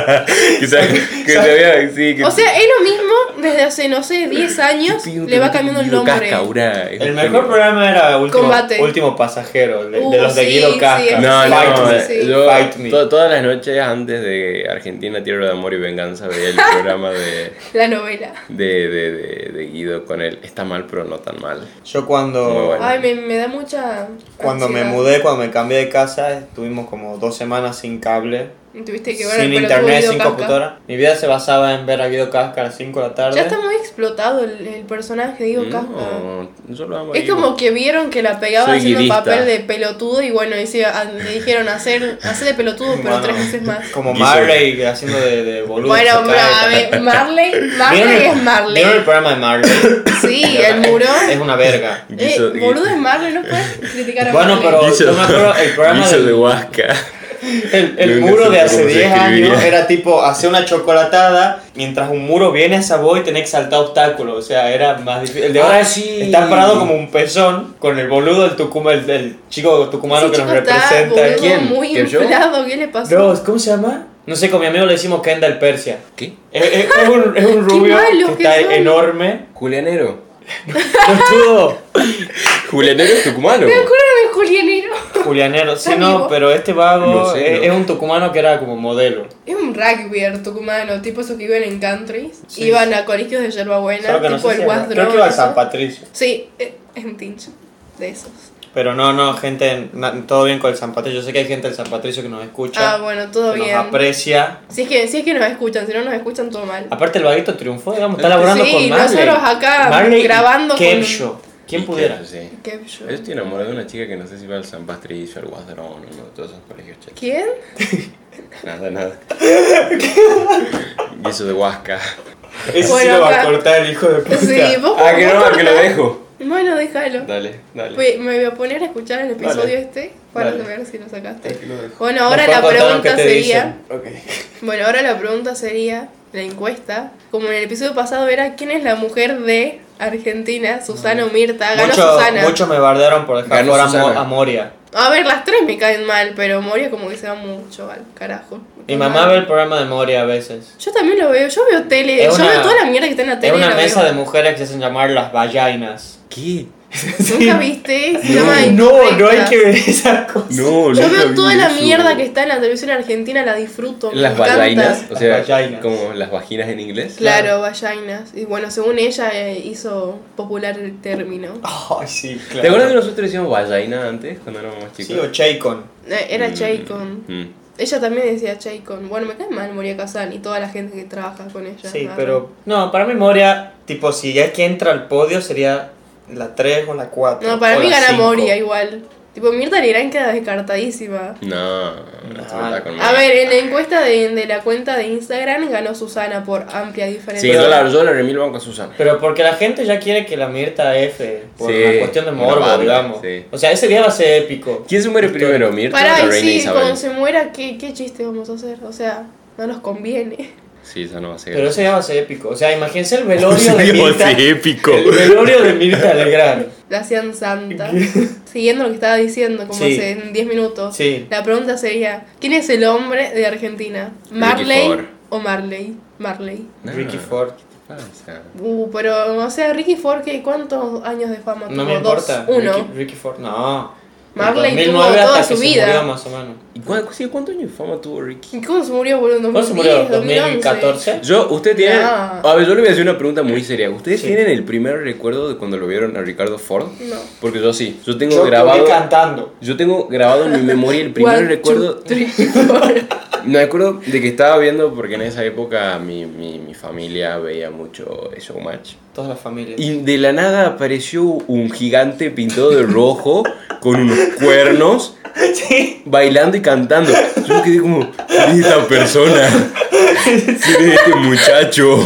Speaker 2: que se, que se había. Sí, que
Speaker 1: O sea, es lo mismo desde hace, no sé, 10 años.
Speaker 2: Pido
Speaker 1: Le va
Speaker 2: que
Speaker 1: cambiando el
Speaker 2: Guido
Speaker 1: nombre.
Speaker 2: Casca, ahora es
Speaker 3: El
Speaker 2: un
Speaker 3: mejor
Speaker 2: genio.
Speaker 3: programa era Último,
Speaker 1: Combate.
Speaker 3: Último Pasajero, de, de
Speaker 1: Uh,
Speaker 3: los de
Speaker 1: sí,
Speaker 3: Guido
Speaker 1: sí,
Speaker 3: Casca.
Speaker 1: ese
Speaker 2: No,
Speaker 1: Fight
Speaker 2: no,
Speaker 1: me,
Speaker 2: eh,
Speaker 1: sí.
Speaker 2: yo
Speaker 3: Fight me.
Speaker 2: to- todas las noches antes de Argentina, Tierra de Amor y Venganza, veía el programa de,
Speaker 1: La novela.
Speaker 2: de, de, de- de Guido con él. Está mal, pero no tan mal.
Speaker 3: Yo
Speaker 2: Muy
Speaker 3: cuando...
Speaker 2: bueno.
Speaker 1: Ay, me, me da mucha.
Speaker 3: Cuando me
Speaker 1: ansiedad.
Speaker 3: mudé, cuando me cambié de casa, estuvimos como dos semanas sin cable,
Speaker 1: Tuviste que ver el
Speaker 3: sin
Speaker 1: pelotudo
Speaker 3: internet,
Speaker 1: Guido
Speaker 3: sin
Speaker 1: Casca.
Speaker 3: computadora. Mi vida se basaba en ver a Guido Casca a las 5 de la tarde.
Speaker 1: Ya está muy explotado el, el personaje, digo, Casca.
Speaker 2: No, yo lo amo a
Speaker 1: Es
Speaker 2: Guido.
Speaker 1: como que vieron que la pegaba
Speaker 2: Soy
Speaker 1: haciendo
Speaker 2: guirista.
Speaker 1: papel de pelotudo y bueno, hicieron- a- le dijeron hacer, hacer de pelotudo pero
Speaker 3: Bueno.
Speaker 1: tres veces más.
Speaker 3: Como
Speaker 2: Guiso.
Speaker 3: Marley haciendo de, de boludo.
Speaker 1: Bueno,
Speaker 3: se
Speaker 1: pero a
Speaker 3: cae.
Speaker 1: ver, Marley,
Speaker 3: ¿Vieron
Speaker 1: Marley
Speaker 3: el-
Speaker 1: es Marley.
Speaker 3: ¿Vieron el programa de Marley?
Speaker 1: Sí, el
Speaker 3: Es
Speaker 1: murón.
Speaker 3: una verga.
Speaker 1: Eh,
Speaker 2: Guiso-
Speaker 1: boludo es Marley, no puedes criticar a
Speaker 3: Bueno,
Speaker 1: Marley.
Speaker 3: pero yo me acuerdo el programa
Speaker 2: Guiso
Speaker 3: del-
Speaker 2: de Huasca.
Speaker 3: El, el
Speaker 2: Nunca
Speaker 3: muro
Speaker 2: supe
Speaker 3: de hace
Speaker 2: cómo se
Speaker 3: 10
Speaker 2: escribía.
Speaker 3: años era tipo hacer una chocolatada mientras un muro viene hacia vos y tenés que saltar obstáculos. O sea, era más difícil. El de ahora
Speaker 2: Ah, sí.
Speaker 3: está parado como un pezón con el boludo, el, tucuma, el, el chico tucumano
Speaker 1: Ese
Speaker 3: que nos
Speaker 1: chico está,
Speaker 3: representa.
Speaker 1: boludo,
Speaker 2: ¿Quién?
Speaker 1: muy
Speaker 2: ¿Que yo?
Speaker 1: inflado, ¿qué le pasó?
Speaker 3: Dios, ¿Cómo se llama? No sé, con mi amigo le decimos Kendall Persia.
Speaker 2: ¿Qué?
Speaker 3: Es, es- es un, es un
Speaker 1: Qué
Speaker 3: rubio
Speaker 1: malos
Speaker 3: que
Speaker 1: que
Speaker 3: está
Speaker 1: son.
Speaker 3: enorme.
Speaker 2: Julianero.
Speaker 3: Cochudo.
Speaker 2: Julianero es tucumano.
Speaker 1: Me acuerdo de Julianero.
Speaker 3: Julianero. Sí,
Speaker 1: Está
Speaker 3: no,
Speaker 1: vivo.
Speaker 3: pero este vago
Speaker 2: No sé,
Speaker 3: es,
Speaker 2: no.
Speaker 3: es un tucumano que era como modelo.
Speaker 1: Es un rugbyer tucumano, tipo esos que viven en countries.
Speaker 3: Sí.
Speaker 1: Iban a colegios de yerba buena,
Speaker 3: Solo que
Speaker 1: tipo
Speaker 3: no sé si
Speaker 1: el
Speaker 3: era-
Speaker 1: Wasdrón.
Speaker 3: Creo que iba a San Patricio.
Speaker 1: Sí, eh, es un tincho de esos.
Speaker 3: Pero no, no, gente, na- todo bien con el San Patricio. Yo sé que hay gente del San Patricio que nos escucha,
Speaker 1: Ah, bueno, todo
Speaker 3: que
Speaker 1: bien.
Speaker 3: nos aprecia.
Speaker 1: Si es, que, si es que nos escuchan, si no nos escuchan, todo mal.
Speaker 3: Aparte, el vaguito triunfó, digamos, está laburando
Speaker 1: Sí,
Speaker 3: con Marley.
Speaker 1: nosotros acá
Speaker 3: Marley y
Speaker 1: grabando con-
Speaker 3: Kepcho. ¿Quién
Speaker 2: Y
Speaker 3: pudiera?
Speaker 2: que- sí.
Speaker 1: Qué yo-
Speaker 2: Yo estoy enamorado de una chica que no sé si va al San Patricio, al Guadrón, o no, todos esos colegios chicos.
Speaker 1: ¿Quién?
Speaker 2: Nada, nada. Guiso de Huasca.
Speaker 3: Ese sí
Speaker 1: Bueno,
Speaker 3: lo va a
Speaker 1: acá-
Speaker 3: cortar el hijo de puta.
Speaker 1: Sí, vos. Pues,
Speaker 2: Ah, que no, que lo dejo.
Speaker 1: Bueno, déjalo.
Speaker 2: Dale, dale.
Speaker 1: Fui- Me voy a poner a escuchar el episodio
Speaker 3: Dale.
Speaker 1: este para
Speaker 3: Dale.
Speaker 1: ver si lo sacaste.
Speaker 3: Aquí lo dejo.
Speaker 1: Bueno, ahora
Speaker 3: Después
Speaker 1: la
Speaker 3: contaron
Speaker 1: pregunta
Speaker 3: qué te
Speaker 1: sería.
Speaker 3: dicen. Ok.
Speaker 1: Bueno, ahora la pregunta sería, la encuesta, como en el episodio pasado era, ¿quién es la mujer de Argentina? Susana o Mirta. Ganó
Speaker 3: Mm. Mucho-
Speaker 1: Susana.
Speaker 3: Muchos me bardearon por dejar
Speaker 2: Ganó
Speaker 3: fuera a Mo-
Speaker 2: Susana.
Speaker 3: a Moria.
Speaker 1: A ver, las tres me caen mal, pero Moria como que se va mucho al carajo.
Speaker 3: Mi mamá ve el programa de Moria a veces.
Speaker 1: Yo también lo veo, yo veo tele,
Speaker 3: Es
Speaker 1: yo
Speaker 3: una-
Speaker 1: veo toda la mierda que está en la
Speaker 3: Es
Speaker 1: tele.
Speaker 3: una
Speaker 1: la
Speaker 3: mesa de
Speaker 1: veo.
Speaker 3: mujeres que se hacen llamar las vallainas.
Speaker 2: ¿Qué?
Speaker 1: ¿Nunca viste? Se llama
Speaker 3: No, no hay
Speaker 1: Incorrectas.
Speaker 3: que ver esas cosas.
Speaker 2: No,
Speaker 1: Yo
Speaker 2: nunca
Speaker 1: veo
Speaker 2: vi
Speaker 1: toda la
Speaker 2: eso.
Speaker 1: mierda que está en la televisión argentina, la disfruto. me
Speaker 2: Las
Speaker 1: encanta.
Speaker 2: vagainas, o sea,
Speaker 3: Las vagainas.
Speaker 2: como las vaginas en inglés.
Speaker 1: Claro, vallainas. Y bueno, según ella eh, hizo popular el término.
Speaker 3: Ay, sí, claro.
Speaker 2: ¿Te acuerdas que nosotros decíamos vagina antes, cuando éramos más
Speaker 3: Sí, o
Speaker 2: chicos?
Speaker 3: Chaycon.
Speaker 1: Eh, Era
Speaker 2: Mm,
Speaker 1: Chaycon.
Speaker 2: mm.
Speaker 1: Ella también decía Chaycon. Bueno, me cae mal Moria Kazan y toda la gente que trabaja con ella.
Speaker 3: Sí,
Speaker 1: ¿no?
Speaker 3: pero. No, para mí Moria, tipo, si ya es que entra al podio sería la 3 o la 4.
Speaker 1: No, para
Speaker 3: o
Speaker 1: mí
Speaker 3: la
Speaker 1: gana
Speaker 3: cinco.
Speaker 1: Moria igual. Tipo, Mirta Legrand queda descartadísima.
Speaker 2: No, no se me está con
Speaker 1: A ver, en la encuesta de, de la cuenta de Instagram ganó Susana por amplia diferencia.
Speaker 2: Sí, yo la, yo la remil banco a Susana.
Speaker 3: Pero porque la gente ya quiere que la Mirta F. Por
Speaker 2: Sí,
Speaker 3: una cuestión de
Speaker 2: una
Speaker 3: morbo,
Speaker 2: banda,
Speaker 3: digamos.
Speaker 2: sí.
Speaker 3: O sea, ese día va a ser épico.
Speaker 2: ¿Quién se muere primero, Mirta
Speaker 1: Pará,
Speaker 2: o
Speaker 1: y
Speaker 2: Reina
Speaker 1: sí,
Speaker 2: Isabel?
Speaker 1: cuando se muera, ¿qué, ¿qué chiste vamos a hacer? O sea, no nos conviene.
Speaker 2: Sí, esa no va a ser.
Speaker 3: Pero ese día va a ser épico. O sea, imagínense el velorio de
Speaker 2: Sería
Speaker 3: Mirta.
Speaker 2: así épico.
Speaker 3: El velorio de Mirta Legrand.
Speaker 1: La hacían santa. Siguiendo lo que estaba diciendo, como
Speaker 3: Sí.
Speaker 1: hace en 10 minutos.
Speaker 3: Sí.
Speaker 1: La pregunta sería, ¿quién es el hombre de Argentina?
Speaker 2: Ford.
Speaker 1: ¿Marley o Marley? Marley.
Speaker 2: No,
Speaker 3: Ricky Ford.
Speaker 2: ¿Qué pasa?
Speaker 1: Uh, pero, o sea, Ricky Ford, ¿qué- ¿cuántos años de fama tuvo?
Speaker 3: No me
Speaker 1: Dos,
Speaker 3: importa.
Speaker 1: uno.
Speaker 3: Ricky, Ricky Ford. No.
Speaker 1: Marley
Speaker 3: En
Speaker 1: tuvo
Speaker 3: 2009
Speaker 1: toda
Speaker 3: hasta
Speaker 1: su
Speaker 3: que se
Speaker 1: vida.
Speaker 3: murió, más o menos.
Speaker 2: ¿Y cuánto, sí, cuántos años de fama tuvo Ricky?
Speaker 1: ¿Y ¿Cómo se murió, boludo?
Speaker 3: ¿Cuándo se murió?
Speaker 1: 2010, 2011.
Speaker 3: ¿2014?
Speaker 2: Yo, usted tiene.
Speaker 1: No.
Speaker 2: A ver, yo le voy a hacer una pregunta muy seria. ¿Ustedes
Speaker 3: Sí.
Speaker 2: tienen el primer recuerdo de cuando lo vieron a Ricardo Ford?
Speaker 1: No.
Speaker 2: Porque yo sí. Yo tengo
Speaker 3: Yo
Speaker 2: grabado.
Speaker 3: grabé cantando.
Speaker 2: Yo tengo grabado en mi memoria el primer
Speaker 1: One,
Speaker 2: recuerdo.
Speaker 1: two, three, four.
Speaker 2: Me acuerdo de que estaba viendo, porque en esa época mi, mi, mi familia veía mucho Showmatch.
Speaker 3: Toda la familia.
Speaker 2: Y de la nada apareció un gigante pintado de rojo, con unos cuernos,
Speaker 3: Sí.
Speaker 2: bailando y cantando. Yo me quedé como, ¿quién es esta persona? ¿Quién es este muchacho?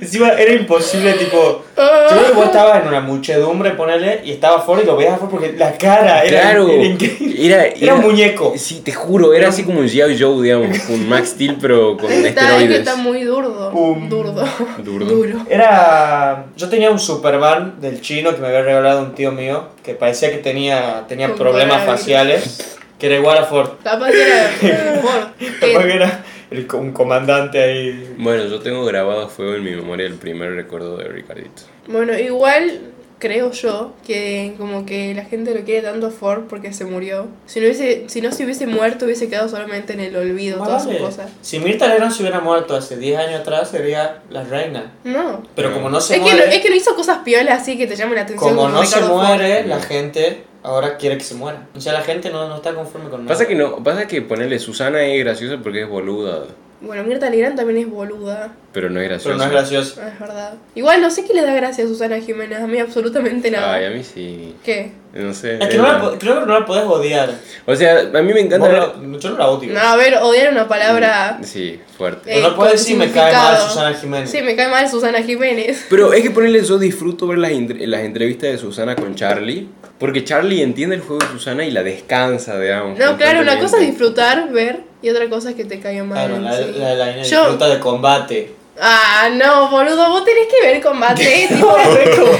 Speaker 3: Encima era imposible, tipo. Yo creo que
Speaker 1: Ah.
Speaker 3: vos estabas en una muchedumbre, ponele, y estaba Ford y lo veías a Ford porque la cara era.
Speaker 2: claro.
Speaker 3: era increíble.
Speaker 2: Era,
Speaker 3: Era un muñeco.
Speaker 2: Sí, te juro, era así como un G.I. Joe, digamos, un Max Steel, pero con
Speaker 1: Está, es que
Speaker 2: esteroides.
Speaker 1: está muy durdo.
Speaker 3: Pum.
Speaker 1: Durdo.
Speaker 2: Durdo.
Speaker 1: Duro.
Speaker 3: Era. Yo tenía un Superman del chino que me había regalado un tío mío, que parecía que tenía, tenía
Speaker 1: Con
Speaker 3: problemas
Speaker 1: coronavirus.
Speaker 3: faciales, que era igual a Ford.
Speaker 1: Capaz que era Ricky Ford. Que-
Speaker 3: Capaz que era el co- un comandante ahí.
Speaker 2: Bueno, yo tengo grabado a fuego en mi memoria el primer recuerdo de Ricardito.
Speaker 1: Bueno, igual creo yo que como que la gente lo quiere tanto a Ford porque se murió. Si no, hubiese, si no se hubiese muerto, hubiese quedado solamente en el olvido
Speaker 3: Más
Speaker 1: todas
Speaker 3: vale.
Speaker 1: sus cosas.
Speaker 3: Si Mirta Legrand se hubiera muerto hace 10 años atrás, sería la reina.
Speaker 1: No.
Speaker 3: Pero
Speaker 2: No.
Speaker 3: como no se
Speaker 1: Es que, no,
Speaker 3: muere,
Speaker 1: es que no hizo cosas piolas así que te llamen la atención.
Speaker 3: como no se
Speaker 1: Ricardo Ford.
Speaker 3: muere,
Speaker 2: Ford.
Speaker 3: la gente ahora quiere que se muera. O sea, la gente no, no está conforme con nada.
Speaker 2: Pasa que no, pasa que ponerle Susana es graciosa porque es boluda,
Speaker 1: Bueno, Mirta Legrand también es boluda.
Speaker 2: pero no es graciosa.
Speaker 3: Pero no es gracioso.
Speaker 1: Ah, Es verdad. Igual no sé qué le da gracia a Susana Jiménez. A mí absolutamente nada.
Speaker 2: Ay, a mí sí.
Speaker 1: ¿Qué?
Speaker 2: No sé.
Speaker 3: Es que no la, po- creo que no la podés odiar.
Speaker 2: O sea, a mí Eh, me encanta
Speaker 3: Vos
Speaker 2: ver-
Speaker 3: la- yo no la odio.
Speaker 1: No, a ver, odiar una
Speaker 3: Mm,
Speaker 1: palabra.
Speaker 2: Sí, fuerte.
Speaker 1: Eh,
Speaker 3: Pero no puedes decir me cae
Speaker 1: significado.
Speaker 3: mal Susana Jiménez.
Speaker 1: Sí, me cae mal Susana Jiménez.
Speaker 2: Pero es que ponerle yo disfruto ver las, entre- las entrevistas de Susana con Charlie, porque Charlie entiende el juego de Susana y la descansa, digamos.
Speaker 1: No, claro, una
Speaker 2: constantemente.
Speaker 1: cosa es disfrutar, ver, y otra cosa es que te caiga mal.
Speaker 3: Claro, la,
Speaker 1: sí.
Speaker 3: la, la, la
Speaker 1: Yo-
Speaker 3: disfruta de combate.
Speaker 1: Ah, no, boludo, vos tenés que ver combate, tipo,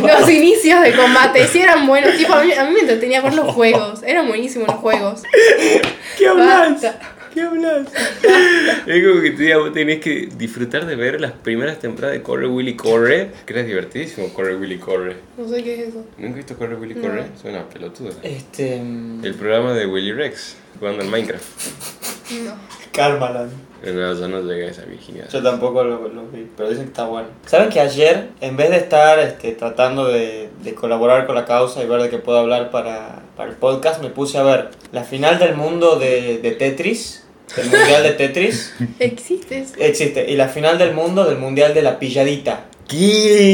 Speaker 1: los inicios de combate, sí eran buenos, tipo, a mí, a mí me entretenía ver los juegos, eran buenísimos los juegos.
Speaker 2: ¿Qué hablas?
Speaker 1: Basta.
Speaker 2: ¿Qué hablas? es como que te diga, vos tenés que disfrutar de ver las primeras temporadas de Corre Willy Corre, que era divertidísimo Corre Willy Corre.
Speaker 1: No sé qué es eso.
Speaker 2: ¿Nunca has visto Corre Willy
Speaker 1: No.
Speaker 2: Corre? Suena pelotuda.
Speaker 3: Este. mm,
Speaker 2: El programa de Willy Rex, jugando en Minecraft.
Speaker 1: No.
Speaker 3: Karmaland.
Speaker 2: No, yo no llegué a esa virginidad.
Speaker 3: Yo tampoco lo, lo vi, pero dicen que está bueno. ¿Saben que ayer, en vez de estar este, tratando de, de colaborar con la causa y ver de qué puedo hablar para, para el podcast, me puse a ver la final del mundo de, de Tetris, del mundial de Tetris,
Speaker 1: ¿Existe eso?
Speaker 3: existe, y la final del mundo del mundial de la pilladita.
Speaker 2: ¿Qué?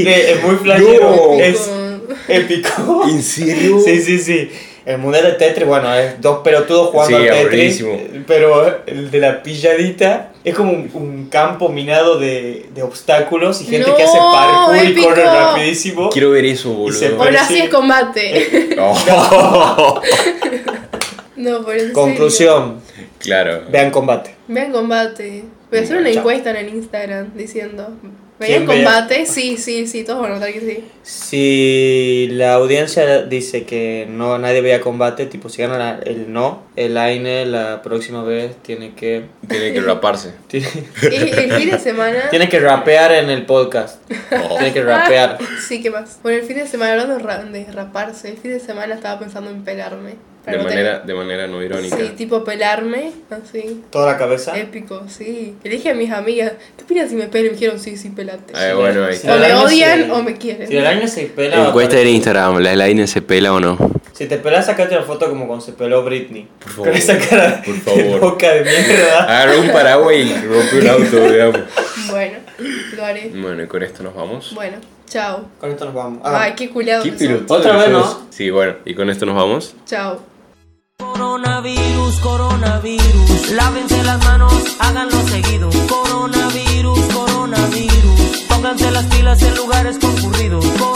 Speaker 3: Eh, es muy flashero,
Speaker 2: No.
Speaker 3: es
Speaker 1: Con-
Speaker 3: épico.
Speaker 2: ¿En serio?
Speaker 3: Sí, sí, sí. El mundial de Tetris, bueno, es dos pelotudos jugando
Speaker 2: Sí,
Speaker 3: al Tetris.
Speaker 2: aburridísimo.
Speaker 3: Pero el de la pilladita es como un, un campo minado de, de obstáculos y gente que hace
Speaker 1: ¡No!
Speaker 3: parkour y
Speaker 1: ¡Épico!
Speaker 3: corre rapidísimo.
Speaker 2: Quiero ver eso, boludo. Oh.
Speaker 3: se
Speaker 1: Bueno,
Speaker 3: Pero
Speaker 1: así
Speaker 3: sí.
Speaker 1: es
Speaker 3: Eh,
Speaker 1: combate.
Speaker 2: No.
Speaker 1: No, por en serio.
Speaker 3: Conclusión,
Speaker 2: claro.
Speaker 3: vean combate.
Speaker 1: Vean combate. Voy a hacer una
Speaker 3: Chao.
Speaker 1: encuesta en el Instagram diciendo. ¿Vean
Speaker 3: ¿Quién vea?
Speaker 1: combate? Sí, sí, sí, todos van a notar que sí.
Speaker 3: Si la audiencia dice que no nadie vea combate, tipo si gana la- el no, el AINE la próxima vez tiene que
Speaker 2: Tiene que raparse.
Speaker 3: tiene,
Speaker 1: El, el fin de semana.
Speaker 3: tiene que rapear en el podcast.
Speaker 2: Oh.
Speaker 3: Tiene que rapear.
Speaker 1: Sí, ¿qué más? Bueno, el fin de semana, hablando ra- de raparse, el fin de semana estaba pensando en pelarme.
Speaker 2: De
Speaker 1: Para no
Speaker 2: manera, de manera no
Speaker 1: tener-
Speaker 2: irónica.
Speaker 1: Sí, tipo pelarme, así.
Speaker 3: Toda la cabeza.
Speaker 1: Épico, sí. Y Le dije a mis amigas, ¿qué opinas si me pelo? Y me dijeron, sí, sí, pelate.
Speaker 2: Ay, Eh, bueno, ahí
Speaker 3: Sí.
Speaker 1: o
Speaker 2: está.
Speaker 1: me
Speaker 3: Año
Speaker 1: odian
Speaker 3: se-
Speaker 1: o me quieren.
Speaker 3: Si el año se pela.
Speaker 2: en Instagram, ¿la Elaine se pela o no?
Speaker 3: Si te pelas, sacate una foto como cuando se peló Britney.
Speaker 2: Por favor,
Speaker 3: Con esa cara
Speaker 2: por
Speaker 3: de
Speaker 2: favor. Ah.
Speaker 3: boca de mierda.
Speaker 2: Agarró un paraguas y rompió un auto, digamos.
Speaker 1: Bueno, lo haré.
Speaker 2: Bueno, y con esto nos vamos.
Speaker 1: Bueno, chao.
Speaker 3: Con esto nos vamos. Ah,
Speaker 1: Ay, qué culiado.
Speaker 2: ¿Qué
Speaker 1: que
Speaker 2: pelotudo
Speaker 3: Otra
Speaker 2: que
Speaker 3: vez,
Speaker 2: sos.
Speaker 3: ¿no?
Speaker 2: Sí, bueno, y con esto nos vamos.
Speaker 1: son. Chao.
Speaker 5: Coronavirus, coronavirus, lávense las manos, háganlo seguido. Coronavirus, coronavirus, pónganse las pilas en lugares concurridos. Coronavirus,